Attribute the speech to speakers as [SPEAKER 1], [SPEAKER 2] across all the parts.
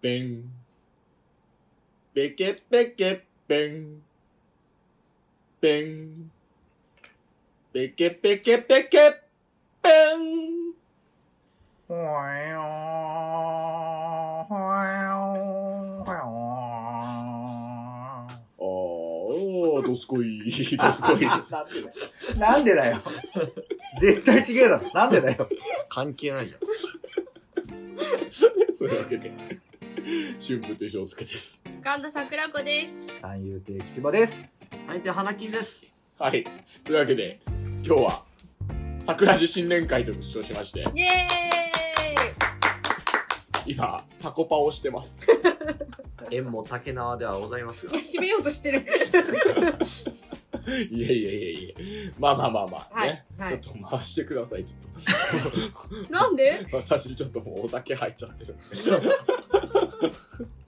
[SPEAKER 1] ぺん。ぺけぺけぺん。ぺん。ぺけぺけぺけぺん。
[SPEAKER 2] ほえよーほえよーほえよ
[SPEAKER 1] あー、どすこい、 どすこい。
[SPEAKER 2] ーなんでだよなんでだよ絶対違えだろなんでだよ
[SPEAKER 3] 関係ないじゃん。
[SPEAKER 1] そういうわけで、春風亭昇介です。
[SPEAKER 4] 神田桜子です。
[SPEAKER 2] 三遊亭吉場です
[SPEAKER 3] 最低花金です。
[SPEAKER 1] はい。というわけで、今日は、桜寺新年会とご視聴しまして、
[SPEAKER 4] イエー
[SPEAKER 1] 今、タコパをしてます。
[SPEAKER 3] 縁も竹縄ではございます
[SPEAKER 4] イい
[SPEAKER 3] が
[SPEAKER 4] や、。締めようとしてる。
[SPEAKER 1] いえいえいえいえ。まあまあまあまあ、ね。
[SPEAKER 4] はいはい
[SPEAKER 1] ちょっと回してください、ち
[SPEAKER 4] なんで
[SPEAKER 1] ょ っと。私、ちょっともうお酒入っちゃってる。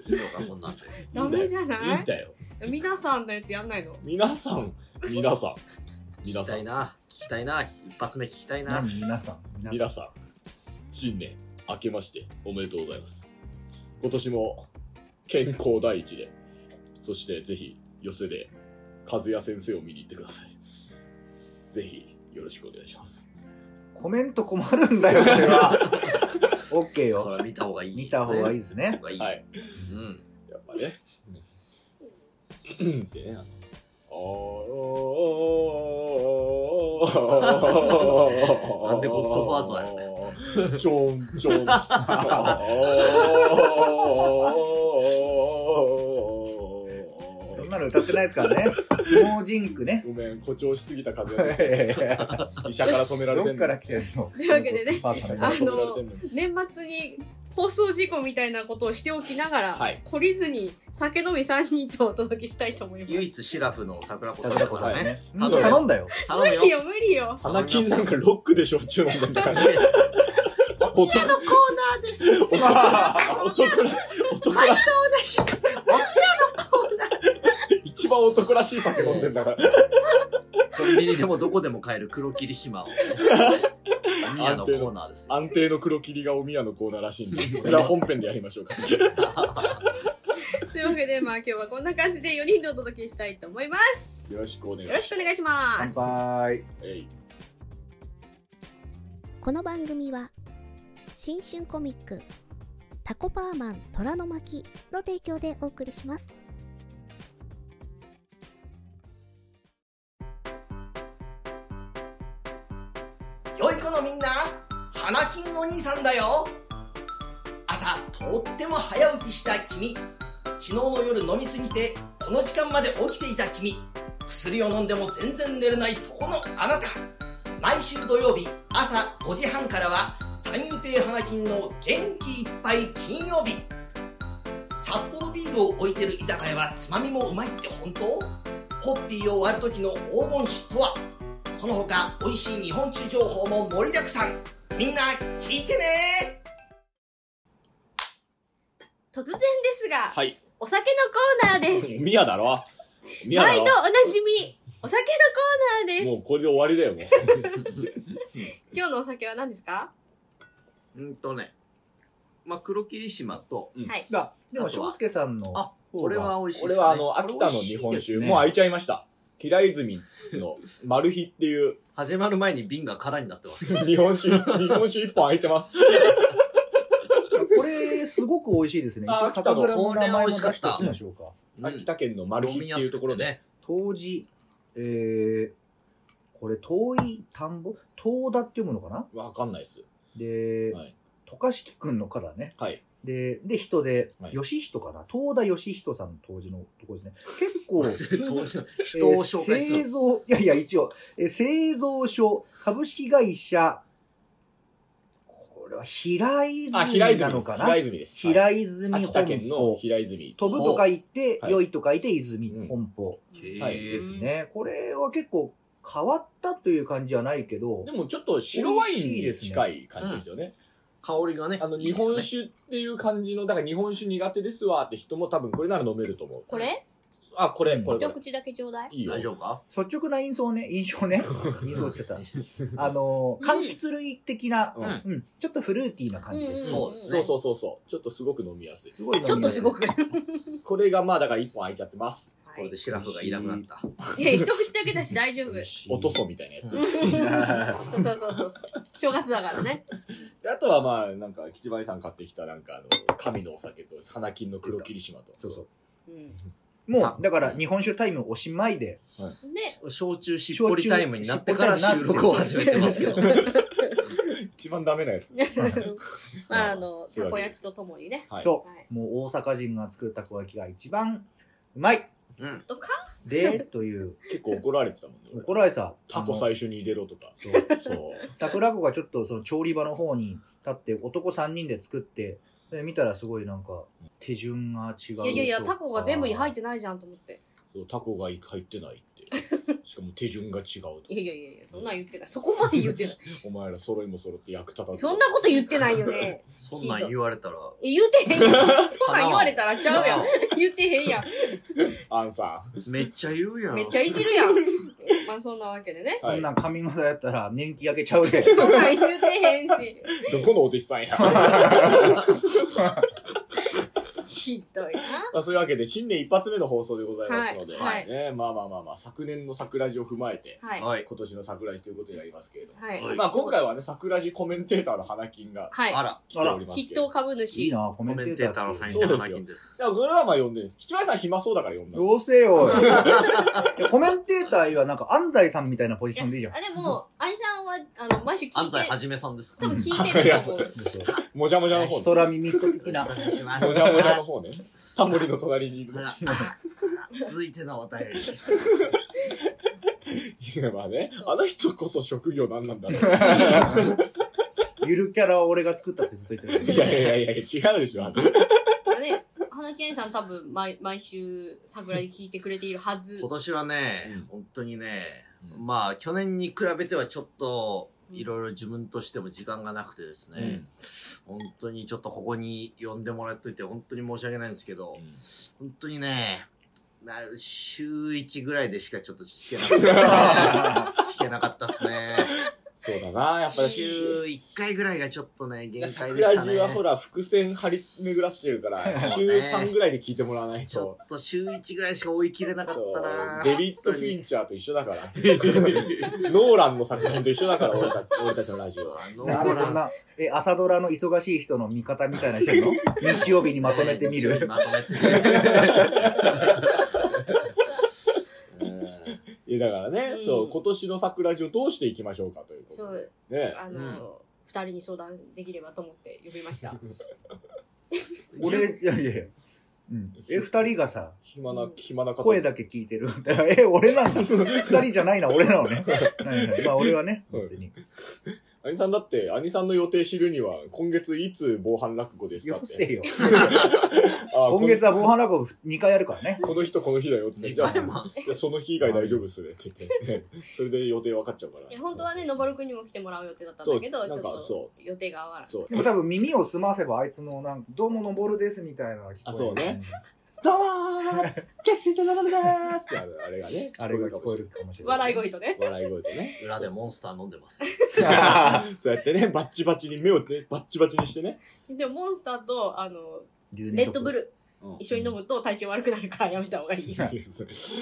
[SPEAKER 3] いいのか、こんなんで。
[SPEAKER 4] ダメじゃ
[SPEAKER 1] いい
[SPEAKER 4] なんい
[SPEAKER 1] だよ。
[SPEAKER 4] 皆さんのやつやんないの
[SPEAKER 1] 皆さん、皆さん、
[SPEAKER 3] 聞
[SPEAKER 1] 皆
[SPEAKER 3] き
[SPEAKER 1] さ
[SPEAKER 3] たい
[SPEAKER 1] ん、
[SPEAKER 3] な。聞きたいな。一発目聞きたいな
[SPEAKER 2] 何。皆さん皆さん
[SPEAKER 1] 皆さん、新年明けましておめでとうございます。今年も健康第一で、そしてぜひ寄せで和也先生を見に行ってください。ぜひよろしくお願いします。
[SPEAKER 2] コメント困るんだよそれは OK
[SPEAKER 3] それ
[SPEAKER 2] よ
[SPEAKER 3] は見た方がいい。
[SPEAKER 2] 見た方がいい
[SPEAKER 3] い。
[SPEAKER 2] ですね
[SPEAKER 3] いい。
[SPEAKER 1] はい。
[SPEAKER 3] うん。
[SPEAKER 1] やっぱね。ってね、あの、おーおーおーおー
[SPEAKER 3] なんでゴッドファーザー
[SPEAKER 1] ちょんちょん。
[SPEAKER 2] そんなの歌ってないですからね相撲ジンクね
[SPEAKER 1] ごめん、誇張しすぎた風邪です。
[SPEAKER 2] ど
[SPEAKER 1] 医者から止められて
[SPEAKER 2] っ
[SPEAKER 1] ん
[SPEAKER 2] か
[SPEAKER 1] の
[SPEAKER 2] ら
[SPEAKER 1] に
[SPEAKER 2] 来てんの
[SPEAKER 4] というわけでね
[SPEAKER 2] パー
[SPEAKER 1] 医
[SPEAKER 2] ソ
[SPEAKER 1] 者
[SPEAKER 2] ナ
[SPEAKER 1] から
[SPEAKER 2] リ
[SPEAKER 1] 止められてんのに。
[SPEAKER 4] 年末に放送事故みたいなことをしておきながら、
[SPEAKER 1] はい
[SPEAKER 4] 懲りずに酒飲み3人とお届けしたいと思います。
[SPEAKER 3] 唯一シラフの桜子
[SPEAKER 2] テ
[SPEAKER 3] さん
[SPEAKER 2] ィ
[SPEAKER 3] だ
[SPEAKER 2] ー
[SPEAKER 3] からね。
[SPEAKER 2] うん頼んだよ
[SPEAKER 3] 頼
[SPEAKER 4] 無
[SPEAKER 3] む
[SPEAKER 4] 理
[SPEAKER 3] よ。
[SPEAKER 4] よ、無理よ。
[SPEAKER 1] 花金なんかロックでしょっちゅう飲んでんだ から。お得
[SPEAKER 4] あのコーナーです。
[SPEAKER 1] お得ら、お得ら、お得らしい。一番男らしい酒飲んでんだから。
[SPEAKER 3] コンビニでもどこでも買える黒霧 島を。宮のコーナーですよ。
[SPEAKER 1] 安定の黒霧がお宮のコーナーらしいんで、それは本編でやりましょう か。
[SPEAKER 4] というわけで、まあ今日はこんな感じで4人でお届けしたいと思います。
[SPEAKER 1] よ
[SPEAKER 4] よ
[SPEAKER 1] ろしくお願いし
[SPEAKER 4] ろしくお願いしま
[SPEAKER 2] 乾
[SPEAKER 4] す。
[SPEAKER 2] 杯
[SPEAKER 1] えい
[SPEAKER 5] この番組は新春コミック「タコパーマン虎の巻」の提供でお送りします。
[SPEAKER 6] 良い子のみんな花金お兄さんだよ朝とっても早起きした君昨日の夜飲みすぎてこの時間まで起きていた君薬を飲んでも全然寝れないそこのあなた毎週土曜日朝5時半からは三遊亭花金の元気いっぱい金曜日札幌ビールを置いてる居酒屋はつまみもうまいって本当ホッピーを割る時の黄金比とはその他美味しい日本酒情報も盛りだくさんみんな聞いてね
[SPEAKER 4] 突然ですが、
[SPEAKER 1] はい。
[SPEAKER 4] お酒のコーナーです。
[SPEAKER 1] お宮だろお宮だ
[SPEAKER 4] 毎
[SPEAKER 1] ろ
[SPEAKER 4] 度おなじみ、お酒のコーナー
[SPEAKER 1] も
[SPEAKER 4] で
[SPEAKER 1] う
[SPEAKER 4] す。
[SPEAKER 1] これで終わりだよ、もう。
[SPEAKER 4] 今日のお酒は何ですか
[SPEAKER 3] うんとね。まあ、黒霧島と、
[SPEAKER 1] うん
[SPEAKER 4] はい。
[SPEAKER 2] だでも翔介さんの
[SPEAKER 3] あ、これは美味しいで
[SPEAKER 1] 俺
[SPEAKER 3] すね。
[SPEAKER 1] はあの、秋田の日本酒、もう開いちゃいました。平泉のマルヒっていう
[SPEAKER 3] 始まる前に瓶が空になってますけど。
[SPEAKER 1] 日本酒、日本酒一本開いてます。
[SPEAKER 2] これすごく美味しいですね
[SPEAKER 1] あ
[SPEAKER 2] 一応酒蔵の名前も出しておきましょうか
[SPEAKER 1] 秋田県のマルヒ
[SPEAKER 3] 飲
[SPEAKER 1] って
[SPEAKER 3] みや
[SPEAKER 1] い
[SPEAKER 3] す
[SPEAKER 1] う
[SPEAKER 3] く
[SPEAKER 1] とこ
[SPEAKER 3] て
[SPEAKER 1] ろで。
[SPEAKER 3] ね。
[SPEAKER 2] 当時えー、これ遠い単語遠田って読むのかな
[SPEAKER 1] わかんないっす。
[SPEAKER 2] で、
[SPEAKER 1] はい。
[SPEAKER 2] 渡嘉敷くんの方ね
[SPEAKER 1] はい。
[SPEAKER 2] で、で、人で、
[SPEAKER 1] はい
[SPEAKER 2] 義人かな東田義人さんの当時のところですね。結構、
[SPEAKER 3] 当時の人を紹介す
[SPEAKER 2] えー製。
[SPEAKER 3] る
[SPEAKER 2] 造、いやいや、一応、えー製造所、株式会社、これは平泉
[SPEAKER 1] あ、平
[SPEAKER 2] な
[SPEAKER 1] 泉で
[SPEAKER 2] の
[SPEAKER 1] す。
[SPEAKER 2] かな
[SPEAKER 1] 平泉です。はい
[SPEAKER 2] 平泉
[SPEAKER 1] 秋田県
[SPEAKER 2] 本
[SPEAKER 1] の
[SPEAKER 2] 舗。
[SPEAKER 1] 平泉。
[SPEAKER 2] 飛ぶと書いて、
[SPEAKER 1] はい
[SPEAKER 2] 良いと書いて泉
[SPEAKER 1] うん
[SPEAKER 2] 本舗
[SPEAKER 1] はい
[SPEAKER 3] へ
[SPEAKER 2] で
[SPEAKER 3] ー
[SPEAKER 2] すね。これは結構変わったという感じはないけど
[SPEAKER 1] で、もちょっと白ワインに近い感じですよね。
[SPEAKER 3] 香りがね。
[SPEAKER 1] あの、
[SPEAKER 3] いい
[SPEAKER 1] 日
[SPEAKER 3] ですよね
[SPEAKER 1] 本酒っていう感じの、だから日本酒苦手ですわって人も多分これなら飲めると思う。
[SPEAKER 4] これ
[SPEAKER 1] あ、これ、これ、
[SPEAKER 4] 一
[SPEAKER 1] こ
[SPEAKER 4] 口だけちょうだい
[SPEAKER 1] れ。。いいよ
[SPEAKER 3] 大。丈夫か
[SPEAKER 2] 率直な印象ね、印象ね。印象してた。あのー、柑橘類的な、
[SPEAKER 1] うん
[SPEAKER 3] うん
[SPEAKER 2] うん、ちょっとフルーティーな感じです。
[SPEAKER 3] んそうです
[SPEAKER 1] そう
[SPEAKER 3] ね
[SPEAKER 1] そうそうそう。ちょっとすごく飲みやすい。
[SPEAKER 2] すごい飲みや
[SPEAKER 4] ち
[SPEAKER 2] い
[SPEAKER 4] ょっとすごく。
[SPEAKER 1] これがまあだから一本空いちゃってます。
[SPEAKER 3] これでシラフがいなくなった。
[SPEAKER 4] いや、一口だけだし大丈夫。
[SPEAKER 1] おとそみたいなやつ。
[SPEAKER 4] うん
[SPEAKER 2] は
[SPEAKER 4] そうそうそうそう。正月だからね。
[SPEAKER 1] であとはまあ、なんか、吉張さん買ってきたなんか、あの、神のお酒と、花金の黒霧島と。
[SPEAKER 2] そうそう
[SPEAKER 4] うん
[SPEAKER 2] いもう、だから日本酒タイムおしまいで、
[SPEAKER 4] で、
[SPEAKER 3] 焼酎しっぽりタイムになってから
[SPEAKER 2] 焼酎
[SPEAKER 3] 収録を始めてますけど。
[SPEAKER 1] 一番ダメなやつ。
[SPEAKER 4] まあ、あの、
[SPEAKER 1] そう
[SPEAKER 4] た
[SPEAKER 1] いうわ
[SPEAKER 4] こ
[SPEAKER 1] けで
[SPEAKER 4] 焼き
[SPEAKER 1] す
[SPEAKER 4] とともにね。
[SPEAKER 1] はい。
[SPEAKER 2] そ、
[SPEAKER 4] はいう
[SPEAKER 2] もう大阪人が作ったたこ焼きが一番うまい
[SPEAKER 3] うん。
[SPEAKER 4] とか、
[SPEAKER 2] で、という、
[SPEAKER 1] 結構怒られてたもんね。
[SPEAKER 2] 怒られさ、
[SPEAKER 1] タコ最初に入れろとか。
[SPEAKER 2] あのそ
[SPEAKER 1] そ
[SPEAKER 2] う
[SPEAKER 1] う。
[SPEAKER 2] 桜子がちょっとその調理場の方に立って男3人で作ってで見たらすごいなんか手順が違う
[SPEAKER 4] いやいやいや、タコが全部に入っててないじゃんと思って。
[SPEAKER 1] そうタコが入ってない って。しかも手順が違うと。
[SPEAKER 4] いやいやいやいや、そんなん言ってない。そこまで言ってな
[SPEAKER 1] お前ら揃いも揃って役立た
[SPEAKER 4] い。
[SPEAKER 1] ず。
[SPEAKER 4] そんなこと言ってないよね。
[SPEAKER 3] そんなん言われたら。
[SPEAKER 4] え言うてへんやん。そんなん言われたらちゃうやん。言ってへんやん。
[SPEAKER 1] アンさ
[SPEAKER 3] めっちゃ言うやん。
[SPEAKER 4] めっちゃいじるやん。まあそんなわけでね。
[SPEAKER 1] ん。
[SPEAKER 2] そ
[SPEAKER 1] は
[SPEAKER 2] ん
[SPEAKER 1] い。
[SPEAKER 2] な
[SPEAKER 1] ど
[SPEAKER 2] ん髪型やったら年季焼けちゃうで
[SPEAKER 4] そんなん言うてへんし。
[SPEAKER 1] このお弟子さ んや。ま
[SPEAKER 4] ひどいな。
[SPEAKER 1] あそういうわけで、新年一発目の放送でございますので、
[SPEAKER 4] はいはい
[SPEAKER 1] ね、まあまあまあまあ、昨年の桜地を踏まえて、
[SPEAKER 4] はい。
[SPEAKER 3] はい。
[SPEAKER 1] 今年の桜地ということになりますけれども。
[SPEAKER 4] はい。
[SPEAKER 3] はい
[SPEAKER 1] まあ今回はね、桜地コメンテーターの花金が
[SPEAKER 4] はい。
[SPEAKER 3] あら、
[SPEAKER 1] 来ておりますけ
[SPEAKER 4] 筆
[SPEAKER 1] ど。
[SPEAKER 4] 頭株
[SPEAKER 2] いい
[SPEAKER 4] 主。
[SPEAKER 2] なコメ
[SPEAKER 3] コ
[SPEAKER 2] ンテ
[SPEAKER 3] メンテ
[SPEAKER 2] ー
[SPEAKER 3] ータ
[SPEAKER 2] タ
[SPEAKER 3] ー
[SPEAKER 2] ー
[SPEAKER 3] の
[SPEAKER 2] ってい
[SPEAKER 3] サイ
[SPEAKER 2] う
[SPEAKER 3] ンの花金です。
[SPEAKER 1] だからそれはまあ呼んでるんです。吉村さん暇そうだから呼んだんです。
[SPEAKER 2] どうせよいやコメンテーターはなんか安西さんみたいなポジションでいいじゃん
[SPEAKER 4] あ、でも、愛さんは、あの、毎週聞
[SPEAKER 3] 安
[SPEAKER 4] いて
[SPEAKER 3] 西、はじめさんですか
[SPEAKER 4] 多分聞いてると思う。
[SPEAKER 1] もじゃもじゃの方ね。
[SPEAKER 2] 空耳スト的な
[SPEAKER 3] お願いします
[SPEAKER 1] もじゃもじゃの 方ね。タモリの隣にいる。
[SPEAKER 3] あらあら続いてのお便り。
[SPEAKER 1] いやまあね、あの人こそ職業なんなんだろう。
[SPEAKER 2] ゆるキャラは俺が作ったってずっと言って
[SPEAKER 1] い
[SPEAKER 2] る
[SPEAKER 1] やいやいやいや、違うでしょ、あの
[SPEAKER 4] ね、花木愛さん多分毎毎週桜で聞いてくれているはず
[SPEAKER 3] 今。年はね、
[SPEAKER 1] うん
[SPEAKER 3] 本当にね、
[SPEAKER 1] うん
[SPEAKER 3] まあ去年に比べてはちょっといろいろ自分としても時間がなくてですね、本当にちょっとここに呼んでもらっといて本当に申し訳ないんですけど、本当にね、な週1ぐらいでしかちょっと聞けなか ったですね。聞けなかったですね。
[SPEAKER 1] そうだな、やっぱり。
[SPEAKER 3] 週1回ぐらいがちょっとね、限界でし
[SPEAKER 1] 桜
[SPEAKER 3] た
[SPEAKER 1] 中はほ
[SPEAKER 3] ね。
[SPEAKER 1] ら、伏線張り巡らしてるから、週3ぐらいで聞いてもらわない
[SPEAKER 3] ちょ
[SPEAKER 1] と。
[SPEAKER 3] っと週1ぐらいしか追い切れなかっ
[SPEAKER 1] そ
[SPEAKER 3] たな
[SPEAKER 1] う。デビッド・フィンチャーと一緒だから。ノーランの作品と一緒だから、俺たち俺たちのラジオは。
[SPEAKER 3] あの
[SPEAKER 2] なんでそんなえ朝ドラの忙しい人の味方みたいな人 の日曜日にまとめてみる
[SPEAKER 3] まとめて。
[SPEAKER 1] いやだからね、
[SPEAKER 4] うん
[SPEAKER 1] そう、今年の桜地をどうしていきましょうかということ。
[SPEAKER 4] そう、
[SPEAKER 1] ね。
[SPEAKER 4] あ
[SPEAKER 3] うん
[SPEAKER 4] の、二、人に相談できればと思って呼びました。
[SPEAKER 2] 俺、いやいやいや。うん、え、二人がさ、
[SPEAKER 1] 暇な、暇な方。
[SPEAKER 2] 声だけ聞いてる。 え、俺なんだ。二人じゃないな、俺なの ね。はいはいまあ、俺はね、別に。
[SPEAKER 1] 兄さんだって、兄さんの予定知るには、今月いつ防犯落語ですか
[SPEAKER 2] よ
[SPEAKER 1] っ
[SPEAKER 2] せ
[SPEAKER 1] て。
[SPEAKER 2] よ。
[SPEAKER 1] あ
[SPEAKER 2] 今月は防犯落語2回やるからね。
[SPEAKER 1] この日とこの日だよって。
[SPEAKER 3] 二
[SPEAKER 1] じゃあ、じ
[SPEAKER 3] 回
[SPEAKER 1] ゃ
[SPEAKER 3] も
[SPEAKER 1] あその日以外大丈夫っ すねって言ってね。それで予定分かっちゃうから。
[SPEAKER 4] いや、本当はね、のぼるくんにも来てもらう予定だったんだけ
[SPEAKER 1] そ
[SPEAKER 4] ど、
[SPEAKER 1] うな
[SPEAKER 4] ちょ
[SPEAKER 1] ん
[SPEAKER 4] っ
[SPEAKER 1] か
[SPEAKER 4] と予定が合わな
[SPEAKER 1] そう
[SPEAKER 2] で。も多分耳を澄ませばあいつのなんか、どうも登るですみたいなのが聞こえる。
[SPEAKER 1] あそうね。どうもーセクシーと生でーすってあるあれがね、
[SPEAKER 2] あれが聞こえるかもし
[SPEAKER 4] い。
[SPEAKER 2] れない。
[SPEAKER 4] 笑い声とね。
[SPEAKER 1] 笑い声とね。
[SPEAKER 3] 裏でモンスター飲んでま す。
[SPEAKER 1] そうやってね、バッチバチに、目をね、バッチバチにしてね。
[SPEAKER 4] でも、モンスターと、あの、
[SPEAKER 2] ディズニー
[SPEAKER 4] レ
[SPEAKER 2] ショ
[SPEAKER 4] ッ
[SPEAKER 2] ップ
[SPEAKER 4] ドブル
[SPEAKER 1] うん
[SPEAKER 4] 一緒に飲むと体調悪くなるからやめた方がいい。
[SPEAKER 1] いやそれそ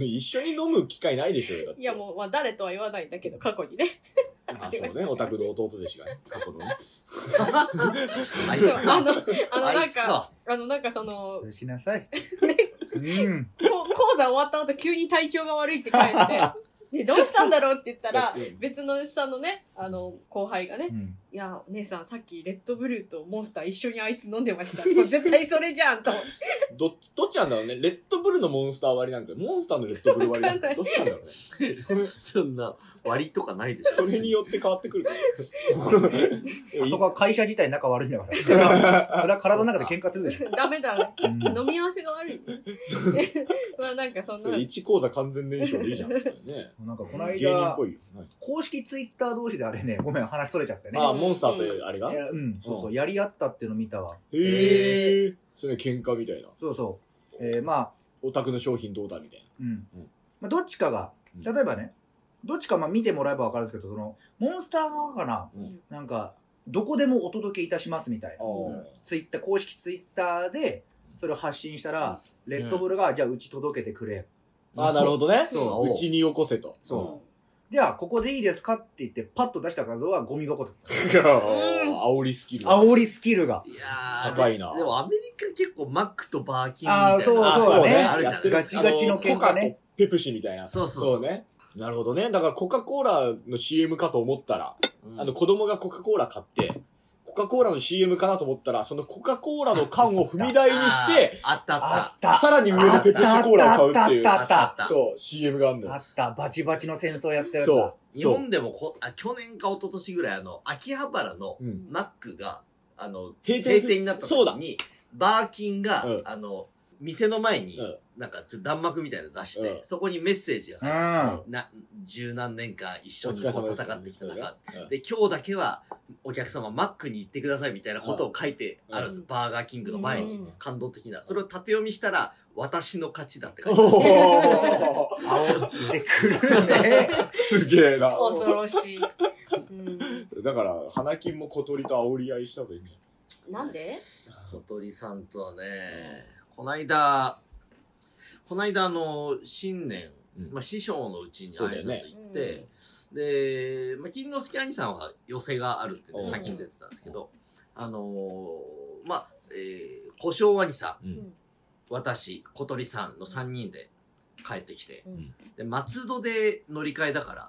[SPEAKER 1] れ一緒に飲む機会ないでしょうよ。
[SPEAKER 4] いや、もう、まあ、誰とは言わないんだけど、過去にね。
[SPEAKER 1] う。あ、そうね。オタクの弟弟子がね、過去のね。
[SPEAKER 3] あい
[SPEAKER 4] そ
[SPEAKER 3] つ
[SPEAKER 4] うあ
[SPEAKER 3] か
[SPEAKER 4] の、あの、
[SPEAKER 3] あ
[SPEAKER 4] ないん
[SPEAKER 3] つ
[SPEAKER 4] か、
[SPEAKER 3] か。
[SPEAKER 4] あの、なんかその、
[SPEAKER 2] そうしなさ い。うん。
[SPEAKER 4] こう講座終わった後急に体調が悪いって帰って、で、どうしたんだろうって言ったら、別の下のね、あの、後輩がね
[SPEAKER 2] う、ん
[SPEAKER 4] いや、お姉さんさっきレッドブルーとモンスター一緒にあいつ飲んでましたと。絶対それじゃんと。
[SPEAKER 1] どっち、どっちなんだろうね。レッドブルのモンスター割りなんか、モンスターのレッドブル割りなん
[SPEAKER 4] わかんな
[SPEAKER 1] か、
[SPEAKER 4] い
[SPEAKER 1] どっちなんだろうね。
[SPEAKER 3] そんな割とかないでし
[SPEAKER 1] そ
[SPEAKER 3] ょ。
[SPEAKER 1] れによって変わってくる から。
[SPEAKER 2] あそこは会社自体仲悪いんだから。それは体の中で喧嘩するでし ょ。
[SPEAKER 4] ダメだ。
[SPEAKER 2] うん
[SPEAKER 4] 飲み合わせが悪い。まあなんかそん
[SPEAKER 1] そ
[SPEAKER 4] な
[SPEAKER 1] れ、1講座完全燃焼でいいじゃん。それね。
[SPEAKER 2] なんかこの
[SPEAKER 1] 芸人っ
[SPEAKER 2] 間
[SPEAKER 1] ぽ、いよ。はい
[SPEAKER 2] 公式ツイッター同士であれね、ごめん、話それちゃってね。
[SPEAKER 1] あ、モンスターというあれが
[SPEAKER 2] いやうん、そうそう、やり合ったっていうの見たわ。
[SPEAKER 1] へえ。それね、喧嘩みたいな。
[SPEAKER 2] そうそう。えーまあ、
[SPEAKER 1] お宅の商品どうだみたい
[SPEAKER 2] うん
[SPEAKER 1] うん
[SPEAKER 2] まあ、どっちかが
[SPEAKER 1] な。
[SPEAKER 2] 例えばねどっちかまあ見てもらえば分かるんですけどそのモンスター側から
[SPEAKER 1] うん
[SPEAKER 2] なんかどこでもお届けいたしますみたいな
[SPEAKER 1] うん、ああ、
[SPEAKER 2] ツイッター公式ツイッターでそれを発信したら、レッドブルが、じゃあうち届けてくれ。
[SPEAKER 1] ああなるほどね。
[SPEAKER 3] そう
[SPEAKER 1] ちによこせと。
[SPEAKER 2] そじゃあ、ここでいいですかって言って、パッと出した画像はゴミ箱だった。
[SPEAKER 1] うん。煽りスキル。
[SPEAKER 2] 煽りスキルが。
[SPEAKER 3] いやー
[SPEAKER 1] 高いな
[SPEAKER 3] でもアメリカ結構マックとバーキンみたいな
[SPEAKER 2] あーそう
[SPEAKER 1] ああ
[SPEAKER 2] そうだね
[SPEAKER 3] あるじゃ
[SPEAKER 1] や
[SPEAKER 3] な
[SPEAKER 1] っ
[SPEAKER 3] い
[SPEAKER 1] てる
[SPEAKER 2] ガチガチの喧
[SPEAKER 1] あ
[SPEAKER 2] 嘩ね
[SPEAKER 1] コカとペプシみたいな。
[SPEAKER 3] そうそう
[SPEAKER 1] そうね。なるほどね。だからコカ・コーラの CM かと思ったら、
[SPEAKER 3] うん
[SPEAKER 1] あの子供がコカ・コーラ買って、コカ・コーラの CM かなと思ったら、そのコカ・コーラの缶を踏み台にして、
[SPEAKER 3] あったあった
[SPEAKER 2] あった。
[SPEAKER 1] さらに上でペプシコーラを買うっていう
[SPEAKER 2] あ。ったあった
[SPEAKER 3] あった
[SPEAKER 1] そう、CM があるんだ
[SPEAKER 2] あ
[SPEAKER 1] よ。
[SPEAKER 2] った。バチバチの戦争やったやつだ。
[SPEAKER 1] そう。
[SPEAKER 3] 日
[SPEAKER 1] そう。
[SPEAKER 3] 本でもこあ去年か一昨年ぐらいあの秋葉原の
[SPEAKER 1] うん
[SPEAKER 3] マックがあの
[SPEAKER 1] 閉
[SPEAKER 3] 閉
[SPEAKER 1] す
[SPEAKER 3] 店になった
[SPEAKER 1] そう
[SPEAKER 3] 時
[SPEAKER 1] だ。
[SPEAKER 3] にバーキンが、
[SPEAKER 1] うん
[SPEAKER 3] あの店の前に、
[SPEAKER 1] うん
[SPEAKER 3] なんかちょっと弾幕みたいなの出して、
[SPEAKER 1] うん
[SPEAKER 3] そこにメッセージが、
[SPEAKER 2] うん。
[SPEAKER 3] な十何年間一緒
[SPEAKER 1] お
[SPEAKER 3] に
[SPEAKER 1] 疲
[SPEAKER 3] こ
[SPEAKER 1] れ様で
[SPEAKER 3] う
[SPEAKER 1] す。
[SPEAKER 3] 戦ってきた中
[SPEAKER 1] うん
[SPEAKER 3] で今日だけはお客様マックに行ってくださいみたいなことを書いてあるんです、
[SPEAKER 4] うん
[SPEAKER 3] バーガーキングの前に、
[SPEAKER 4] うん
[SPEAKER 3] 感動的なそれを縦読みしたら私の勝ちだって書いてある
[SPEAKER 1] おー
[SPEAKER 2] 煽ってくるね。
[SPEAKER 1] すげえな。
[SPEAKER 4] 恐ろしい。うん
[SPEAKER 1] だから、花金も小鳥と煽り合いした方がいいんじ
[SPEAKER 4] なんで
[SPEAKER 3] 小鳥さんとはね、こないだ、こないだあの、新年、
[SPEAKER 1] うん
[SPEAKER 3] まあ師匠のうちに
[SPEAKER 1] そう
[SPEAKER 3] 挨
[SPEAKER 1] だよね
[SPEAKER 3] 拶行って、で、まあ、金之助兄さんは寄せがあるってね、
[SPEAKER 1] うん
[SPEAKER 3] 先に出てたんですけど、あのーまあ、えー、小正兄さん、
[SPEAKER 1] ゃない
[SPEAKER 3] 私、小鳥さんの3人で帰ってきて、
[SPEAKER 1] ん
[SPEAKER 3] で、松戸で乗り換えだから、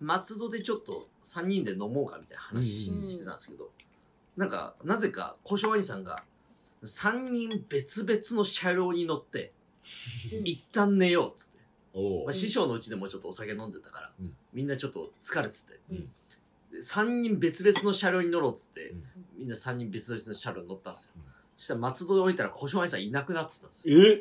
[SPEAKER 3] 松戸でちょっと3人で飲もうかみたいな話し
[SPEAKER 1] うん
[SPEAKER 3] してたんですけど、なんか、なぜか、小正兄さんが、3人別々の車両に乗って、
[SPEAKER 4] うん
[SPEAKER 3] 一旦寝ようっつって。
[SPEAKER 1] お
[SPEAKER 3] まあ、
[SPEAKER 1] ー
[SPEAKER 3] 師匠のうちでもちょっとお酒飲んでたから、
[SPEAKER 1] うん
[SPEAKER 3] みんなちょっと疲れてて、
[SPEAKER 1] うん
[SPEAKER 3] で3人別々の車両に乗ろうっつって、
[SPEAKER 1] うん
[SPEAKER 3] みんな3人別々の車両に乗ったんですよ。
[SPEAKER 1] うん
[SPEAKER 3] そしたら松戸で降りたら小正兄さんいなくなってたんですよ。
[SPEAKER 1] え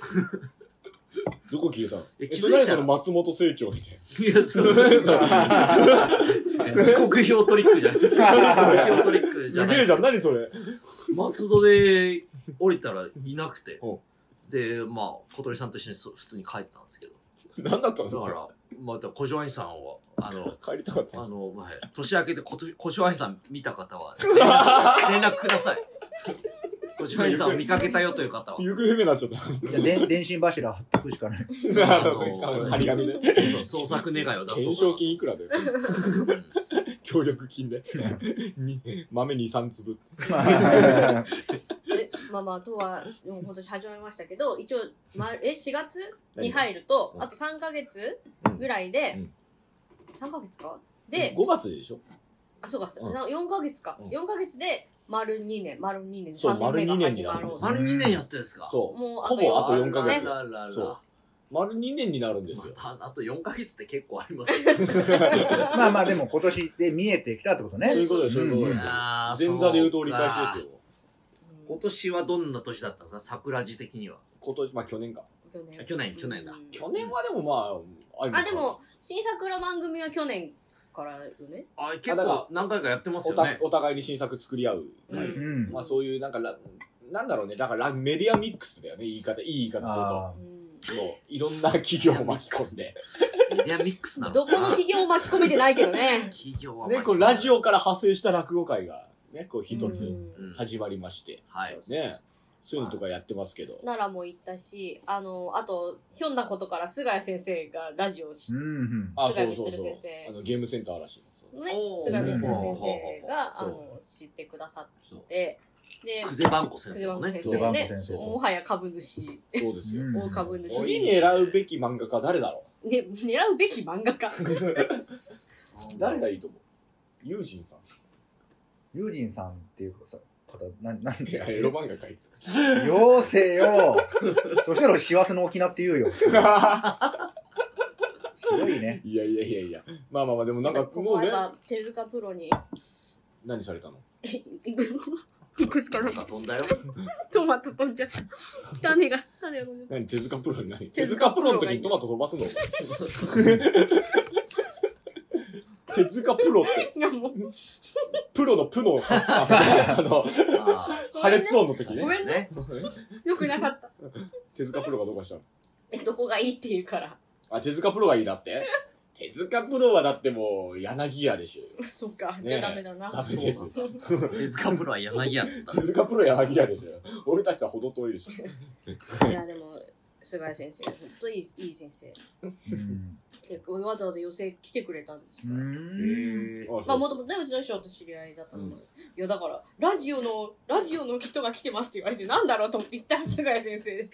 [SPEAKER 1] どこ消えたの
[SPEAKER 3] え
[SPEAKER 1] え、
[SPEAKER 3] 気づい
[SPEAKER 1] そ
[SPEAKER 3] た
[SPEAKER 1] れ何その松本清張みたい
[SPEAKER 3] いや、 そうそうそう。時刻表トリックじゃん。時刻表トリックじゃ
[SPEAKER 1] な。す
[SPEAKER 3] な い
[SPEAKER 1] げえじゃん、何それ。
[SPEAKER 3] 松戸で降りたらいなくて
[SPEAKER 1] お、
[SPEAKER 3] で、まあ、小鳥さんと一緒にそ普通に帰ったんですけど、
[SPEAKER 1] 何だったの
[SPEAKER 3] だから、また小庄兄さんは、あの、
[SPEAKER 1] 帰りたかった
[SPEAKER 3] あ
[SPEAKER 1] の
[SPEAKER 3] の、まあ、年明けでこと小庄兄さん見た 方は連絡、連絡ください。小庄兄さんを見かけたよという方は。
[SPEAKER 1] 行方不明になっちゃった。
[SPEAKER 2] じゃあ、で電信柱貼っとくしかない。
[SPEAKER 1] あの張り紙ね。
[SPEAKER 3] そう、創作願いを出そうかな。
[SPEAKER 1] 懸賞金いくらだよ。
[SPEAKER 3] うん
[SPEAKER 1] 協力金 で。に豆2、3粒。
[SPEAKER 4] えまあまあ、とは、もう今年始まりましたけど、一応、ま、え、4月に入ると
[SPEAKER 1] う、ん
[SPEAKER 4] あと3ヶ月
[SPEAKER 1] うん
[SPEAKER 4] ぐらいで、
[SPEAKER 1] うん
[SPEAKER 4] 3ヶ月かで、
[SPEAKER 1] 5月でしょ
[SPEAKER 4] あ、そうか、
[SPEAKER 1] うん
[SPEAKER 4] 4ヶ月か。
[SPEAKER 1] うん
[SPEAKER 4] 4ヶ月で、丸2年、丸2年、
[SPEAKER 1] そう
[SPEAKER 4] 3年目が始ま
[SPEAKER 1] 丸二年になるんです。
[SPEAKER 3] 丸2
[SPEAKER 4] ろう
[SPEAKER 3] 年やってるんですか
[SPEAKER 1] そう。
[SPEAKER 4] もうあと
[SPEAKER 1] ほぼあと
[SPEAKER 4] 四
[SPEAKER 1] 4ヶ月
[SPEAKER 4] ね。
[SPEAKER 3] あららら
[SPEAKER 1] そう丸2年になるんですよ。
[SPEAKER 3] またあと4ヶ月って結構あります ね。
[SPEAKER 2] まあまあ、でも今年で見えてきたってこと
[SPEAKER 1] そうい
[SPEAKER 2] ね
[SPEAKER 1] う。ことです、そういうこと
[SPEAKER 2] うん
[SPEAKER 1] です。
[SPEAKER 3] あー
[SPEAKER 1] 前座で言うと折り返しです。
[SPEAKER 3] そうか
[SPEAKER 1] よ。
[SPEAKER 4] うん
[SPEAKER 3] 今年はどんな年だったんですか桜地的には。
[SPEAKER 1] 今年、まあ去年か。
[SPEAKER 4] 去年
[SPEAKER 3] 去年去年だ
[SPEAKER 4] うん
[SPEAKER 1] 去年はでもまあ、り
[SPEAKER 4] あ、でも、新作の番組は去年からよね。
[SPEAKER 3] あ結
[SPEAKER 1] あだから
[SPEAKER 3] 構何回かやってます
[SPEAKER 1] お
[SPEAKER 3] よ
[SPEAKER 1] た
[SPEAKER 3] ね。
[SPEAKER 1] お互いに新作作り合う会、
[SPEAKER 4] う
[SPEAKER 2] うん。
[SPEAKER 1] まあそういうなんかラなんだろうねだからラメディアミックスだよね言い方いい言い方
[SPEAKER 2] あ
[SPEAKER 4] うん
[SPEAKER 1] するともういろんな企業を巻き込んで
[SPEAKER 3] メディアミックスなの
[SPEAKER 4] どこの企業も巻き込めてないけどね。
[SPEAKER 3] 企業は
[SPEAKER 1] ねこうラジオから派生した落語会がねこう 一
[SPEAKER 4] う
[SPEAKER 1] つ
[SPEAKER 4] ん
[SPEAKER 3] うん
[SPEAKER 1] 始まりまして、
[SPEAKER 3] はい。
[SPEAKER 1] ねそういうのとかやってますけど、
[SPEAKER 4] 奈良も行ったし、あの、あと、ひょんなことから菅谷先生がラジオをし
[SPEAKER 2] う、ん。
[SPEAKER 1] あ
[SPEAKER 4] 菅
[SPEAKER 1] そ
[SPEAKER 4] 谷
[SPEAKER 1] うそう
[SPEAKER 4] 充
[SPEAKER 1] そう
[SPEAKER 4] 先生
[SPEAKER 1] あのゲームセンター嵐の
[SPEAKER 4] ね
[SPEAKER 3] お、ー
[SPEAKER 4] 菅谷充先生が、あ
[SPEAKER 1] そう
[SPEAKER 4] の、知ってくださ
[SPEAKER 1] そう
[SPEAKER 4] っ、て、で、
[SPEAKER 3] クゼバンコ先
[SPEAKER 4] ク
[SPEAKER 3] 生
[SPEAKER 4] ゼバン
[SPEAKER 3] も
[SPEAKER 4] コ
[SPEAKER 3] ね
[SPEAKER 4] 先。
[SPEAKER 1] そう
[SPEAKER 2] ク
[SPEAKER 4] 生ね
[SPEAKER 2] ゼバンコ先、生
[SPEAKER 4] もはや株主、
[SPEAKER 1] そうですよ、
[SPEAKER 2] うん
[SPEAKER 4] 大株主
[SPEAKER 1] 次
[SPEAKER 4] に、ね、
[SPEAKER 1] 狙うべき漫画家誰だろ
[SPEAKER 4] 狙うべき漫画家。
[SPEAKER 1] う誰がいいと思う友人さん
[SPEAKER 2] 友人さんっていうかさ、方、な、なん
[SPEAKER 1] いや
[SPEAKER 2] で
[SPEAKER 1] エロ漫画書いて
[SPEAKER 2] よせよ。そしたら幸せの沖縄って言うよ。ひ
[SPEAKER 1] る
[SPEAKER 2] どいね。
[SPEAKER 1] いやいやいやいやまあまあまあでもなんか
[SPEAKER 4] ここ
[SPEAKER 1] もう
[SPEAKER 4] は
[SPEAKER 1] ね
[SPEAKER 4] やっぱ手塚プロに、
[SPEAKER 1] 何されたの
[SPEAKER 4] いくしか
[SPEAKER 3] な
[SPEAKER 4] なんか
[SPEAKER 3] か飛んだよ。
[SPEAKER 4] トマト飛んじゃった。種が、種が飛んじゃった。
[SPEAKER 1] 何手塚プロに何手
[SPEAKER 4] 手
[SPEAKER 1] 塚
[SPEAKER 4] 塚
[SPEAKER 1] プ
[SPEAKER 4] プ
[SPEAKER 1] ロ
[SPEAKER 4] ロ
[SPEAKER 1] の時
[SPEAKER 4] の時
[SPEAKER 1] に
[SPEAKER 4] に
[SPEAKER 1] ト
[SPEAKER 4] ト
[SPEAKER 1] マト飛ばすの 手塚プロって
[SPEAKER 4] いやもう、
[SPEAKER 1] プロのプのあ の
[SPEAKER 3] あ
[SPEAKER 1] 破裂音の時
[SPEAKER 4] ご
[SPEAKER 1] ね
[SPEAKER 4] め
[SPEAKER 3] ー
[SPEAKER 4] ん
[SPEAKER 3] ね。
[SPEAKER 4] よくなかった。
[SPEAKER 1] 手塚プロがどうかしたの
[SPEAKER 4] えどこがいいって言うから。
[SPEAKER 1] あ、手塚プロがいいだって手塚プロはだってもう、柳屋でしょうよ。
[SPEAKER 4] そっか、
[SPEAKER 1] ねえ
[SPEAKER 4] じゃあダメだな。
[SPEAKER 1] ダメです。
[SPEAKER 3] 手塚プロは柳屋だった
[SPEAKER 1] 手塚プロ柳屋でしょう。俺たちとは程遠いでしょ。
[SPEAKER 4] いや、でも、菅谷先生、本当いいいい先生。
[SPEAKER 2] うん
[SPEAKER 4] いやわざわざ寄席来てくれたんです
[SPEAKER 2] う
[SPEAKER 4] から。
[SPEAKER 2] ん
[SPEAKER 1] あ
[SPEAKER 4] まあ、
[SPEAKER 1] そ
[SPEAKER 4] も
[SPEAKER 1] う
[SPEAKER 4] ともとね、うちの師匠と知り合いだったので、いや、だから、ラジオの、ラジオの人が来てますって言われて、なんだろうと思って、一旦菅谷先生、
[SPEAKER 3] じゃ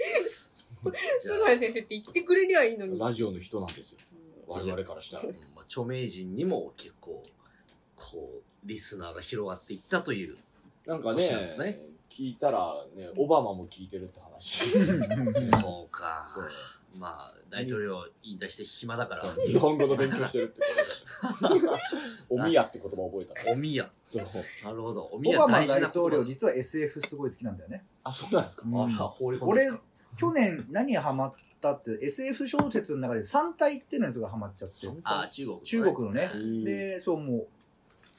[SPEAKER 3] あ
[SPEAKER 4] 菅谷先生って言ってくれりゃいいのに。
[SPEAKER 1] ラジオの人なんですよ。
[SPEAKER 4] うん
[SPEAKER 1] 我々からしたら。
[SPEAKER 3] うんまあ著名人にも結構こうリスナーが広がっていったという
[SPEAKER 1] なんか
[SPEAKER 3] そうなん
[SPEAKER 1] ね
[SPEAKER 3] ですね
[SPEAKER 1] 聞いたら、ね、オバマも聞いてるって 話。
[SPEAKER 3] そうか
[SPEAKER 1] そう
[SPEAKER 3] まあ大統領引退して暇だから
[SPEAKER 1] そう日本語の勉強してるって こと。おみやって言葉覚えたね。
[SPEAKER 3] おみや
[SPEAKER 1] そう。
[SPEAKER 3] なるほどおみ
[SPEAKER 2] オ
[SPEAKER 3] や
[SPEAKER 2] バマ
[SPEAKER 3] 大事
[SPEAKER 2] 大
[SPEAKER 3] な
[SPEAKER 2] 統領
[SPEAKER 3] こと
[SPEAKER 2] 実は SF すごい好きなんだよね
[SPEAKER 1] あ、そうなんですか。
[SPEAKER 2] うん
[SPEAKER 1] あら、放り込んで
[SPEAKER 2] 俺去年何ハマったって SF 小説の中で三体っていうのがハマっちゃって
[SPEAKER 3] あ中国
[SPEAKER 2] 中国のね
[SPEAKER 1] うん
[SPEAKER 2] でそうもう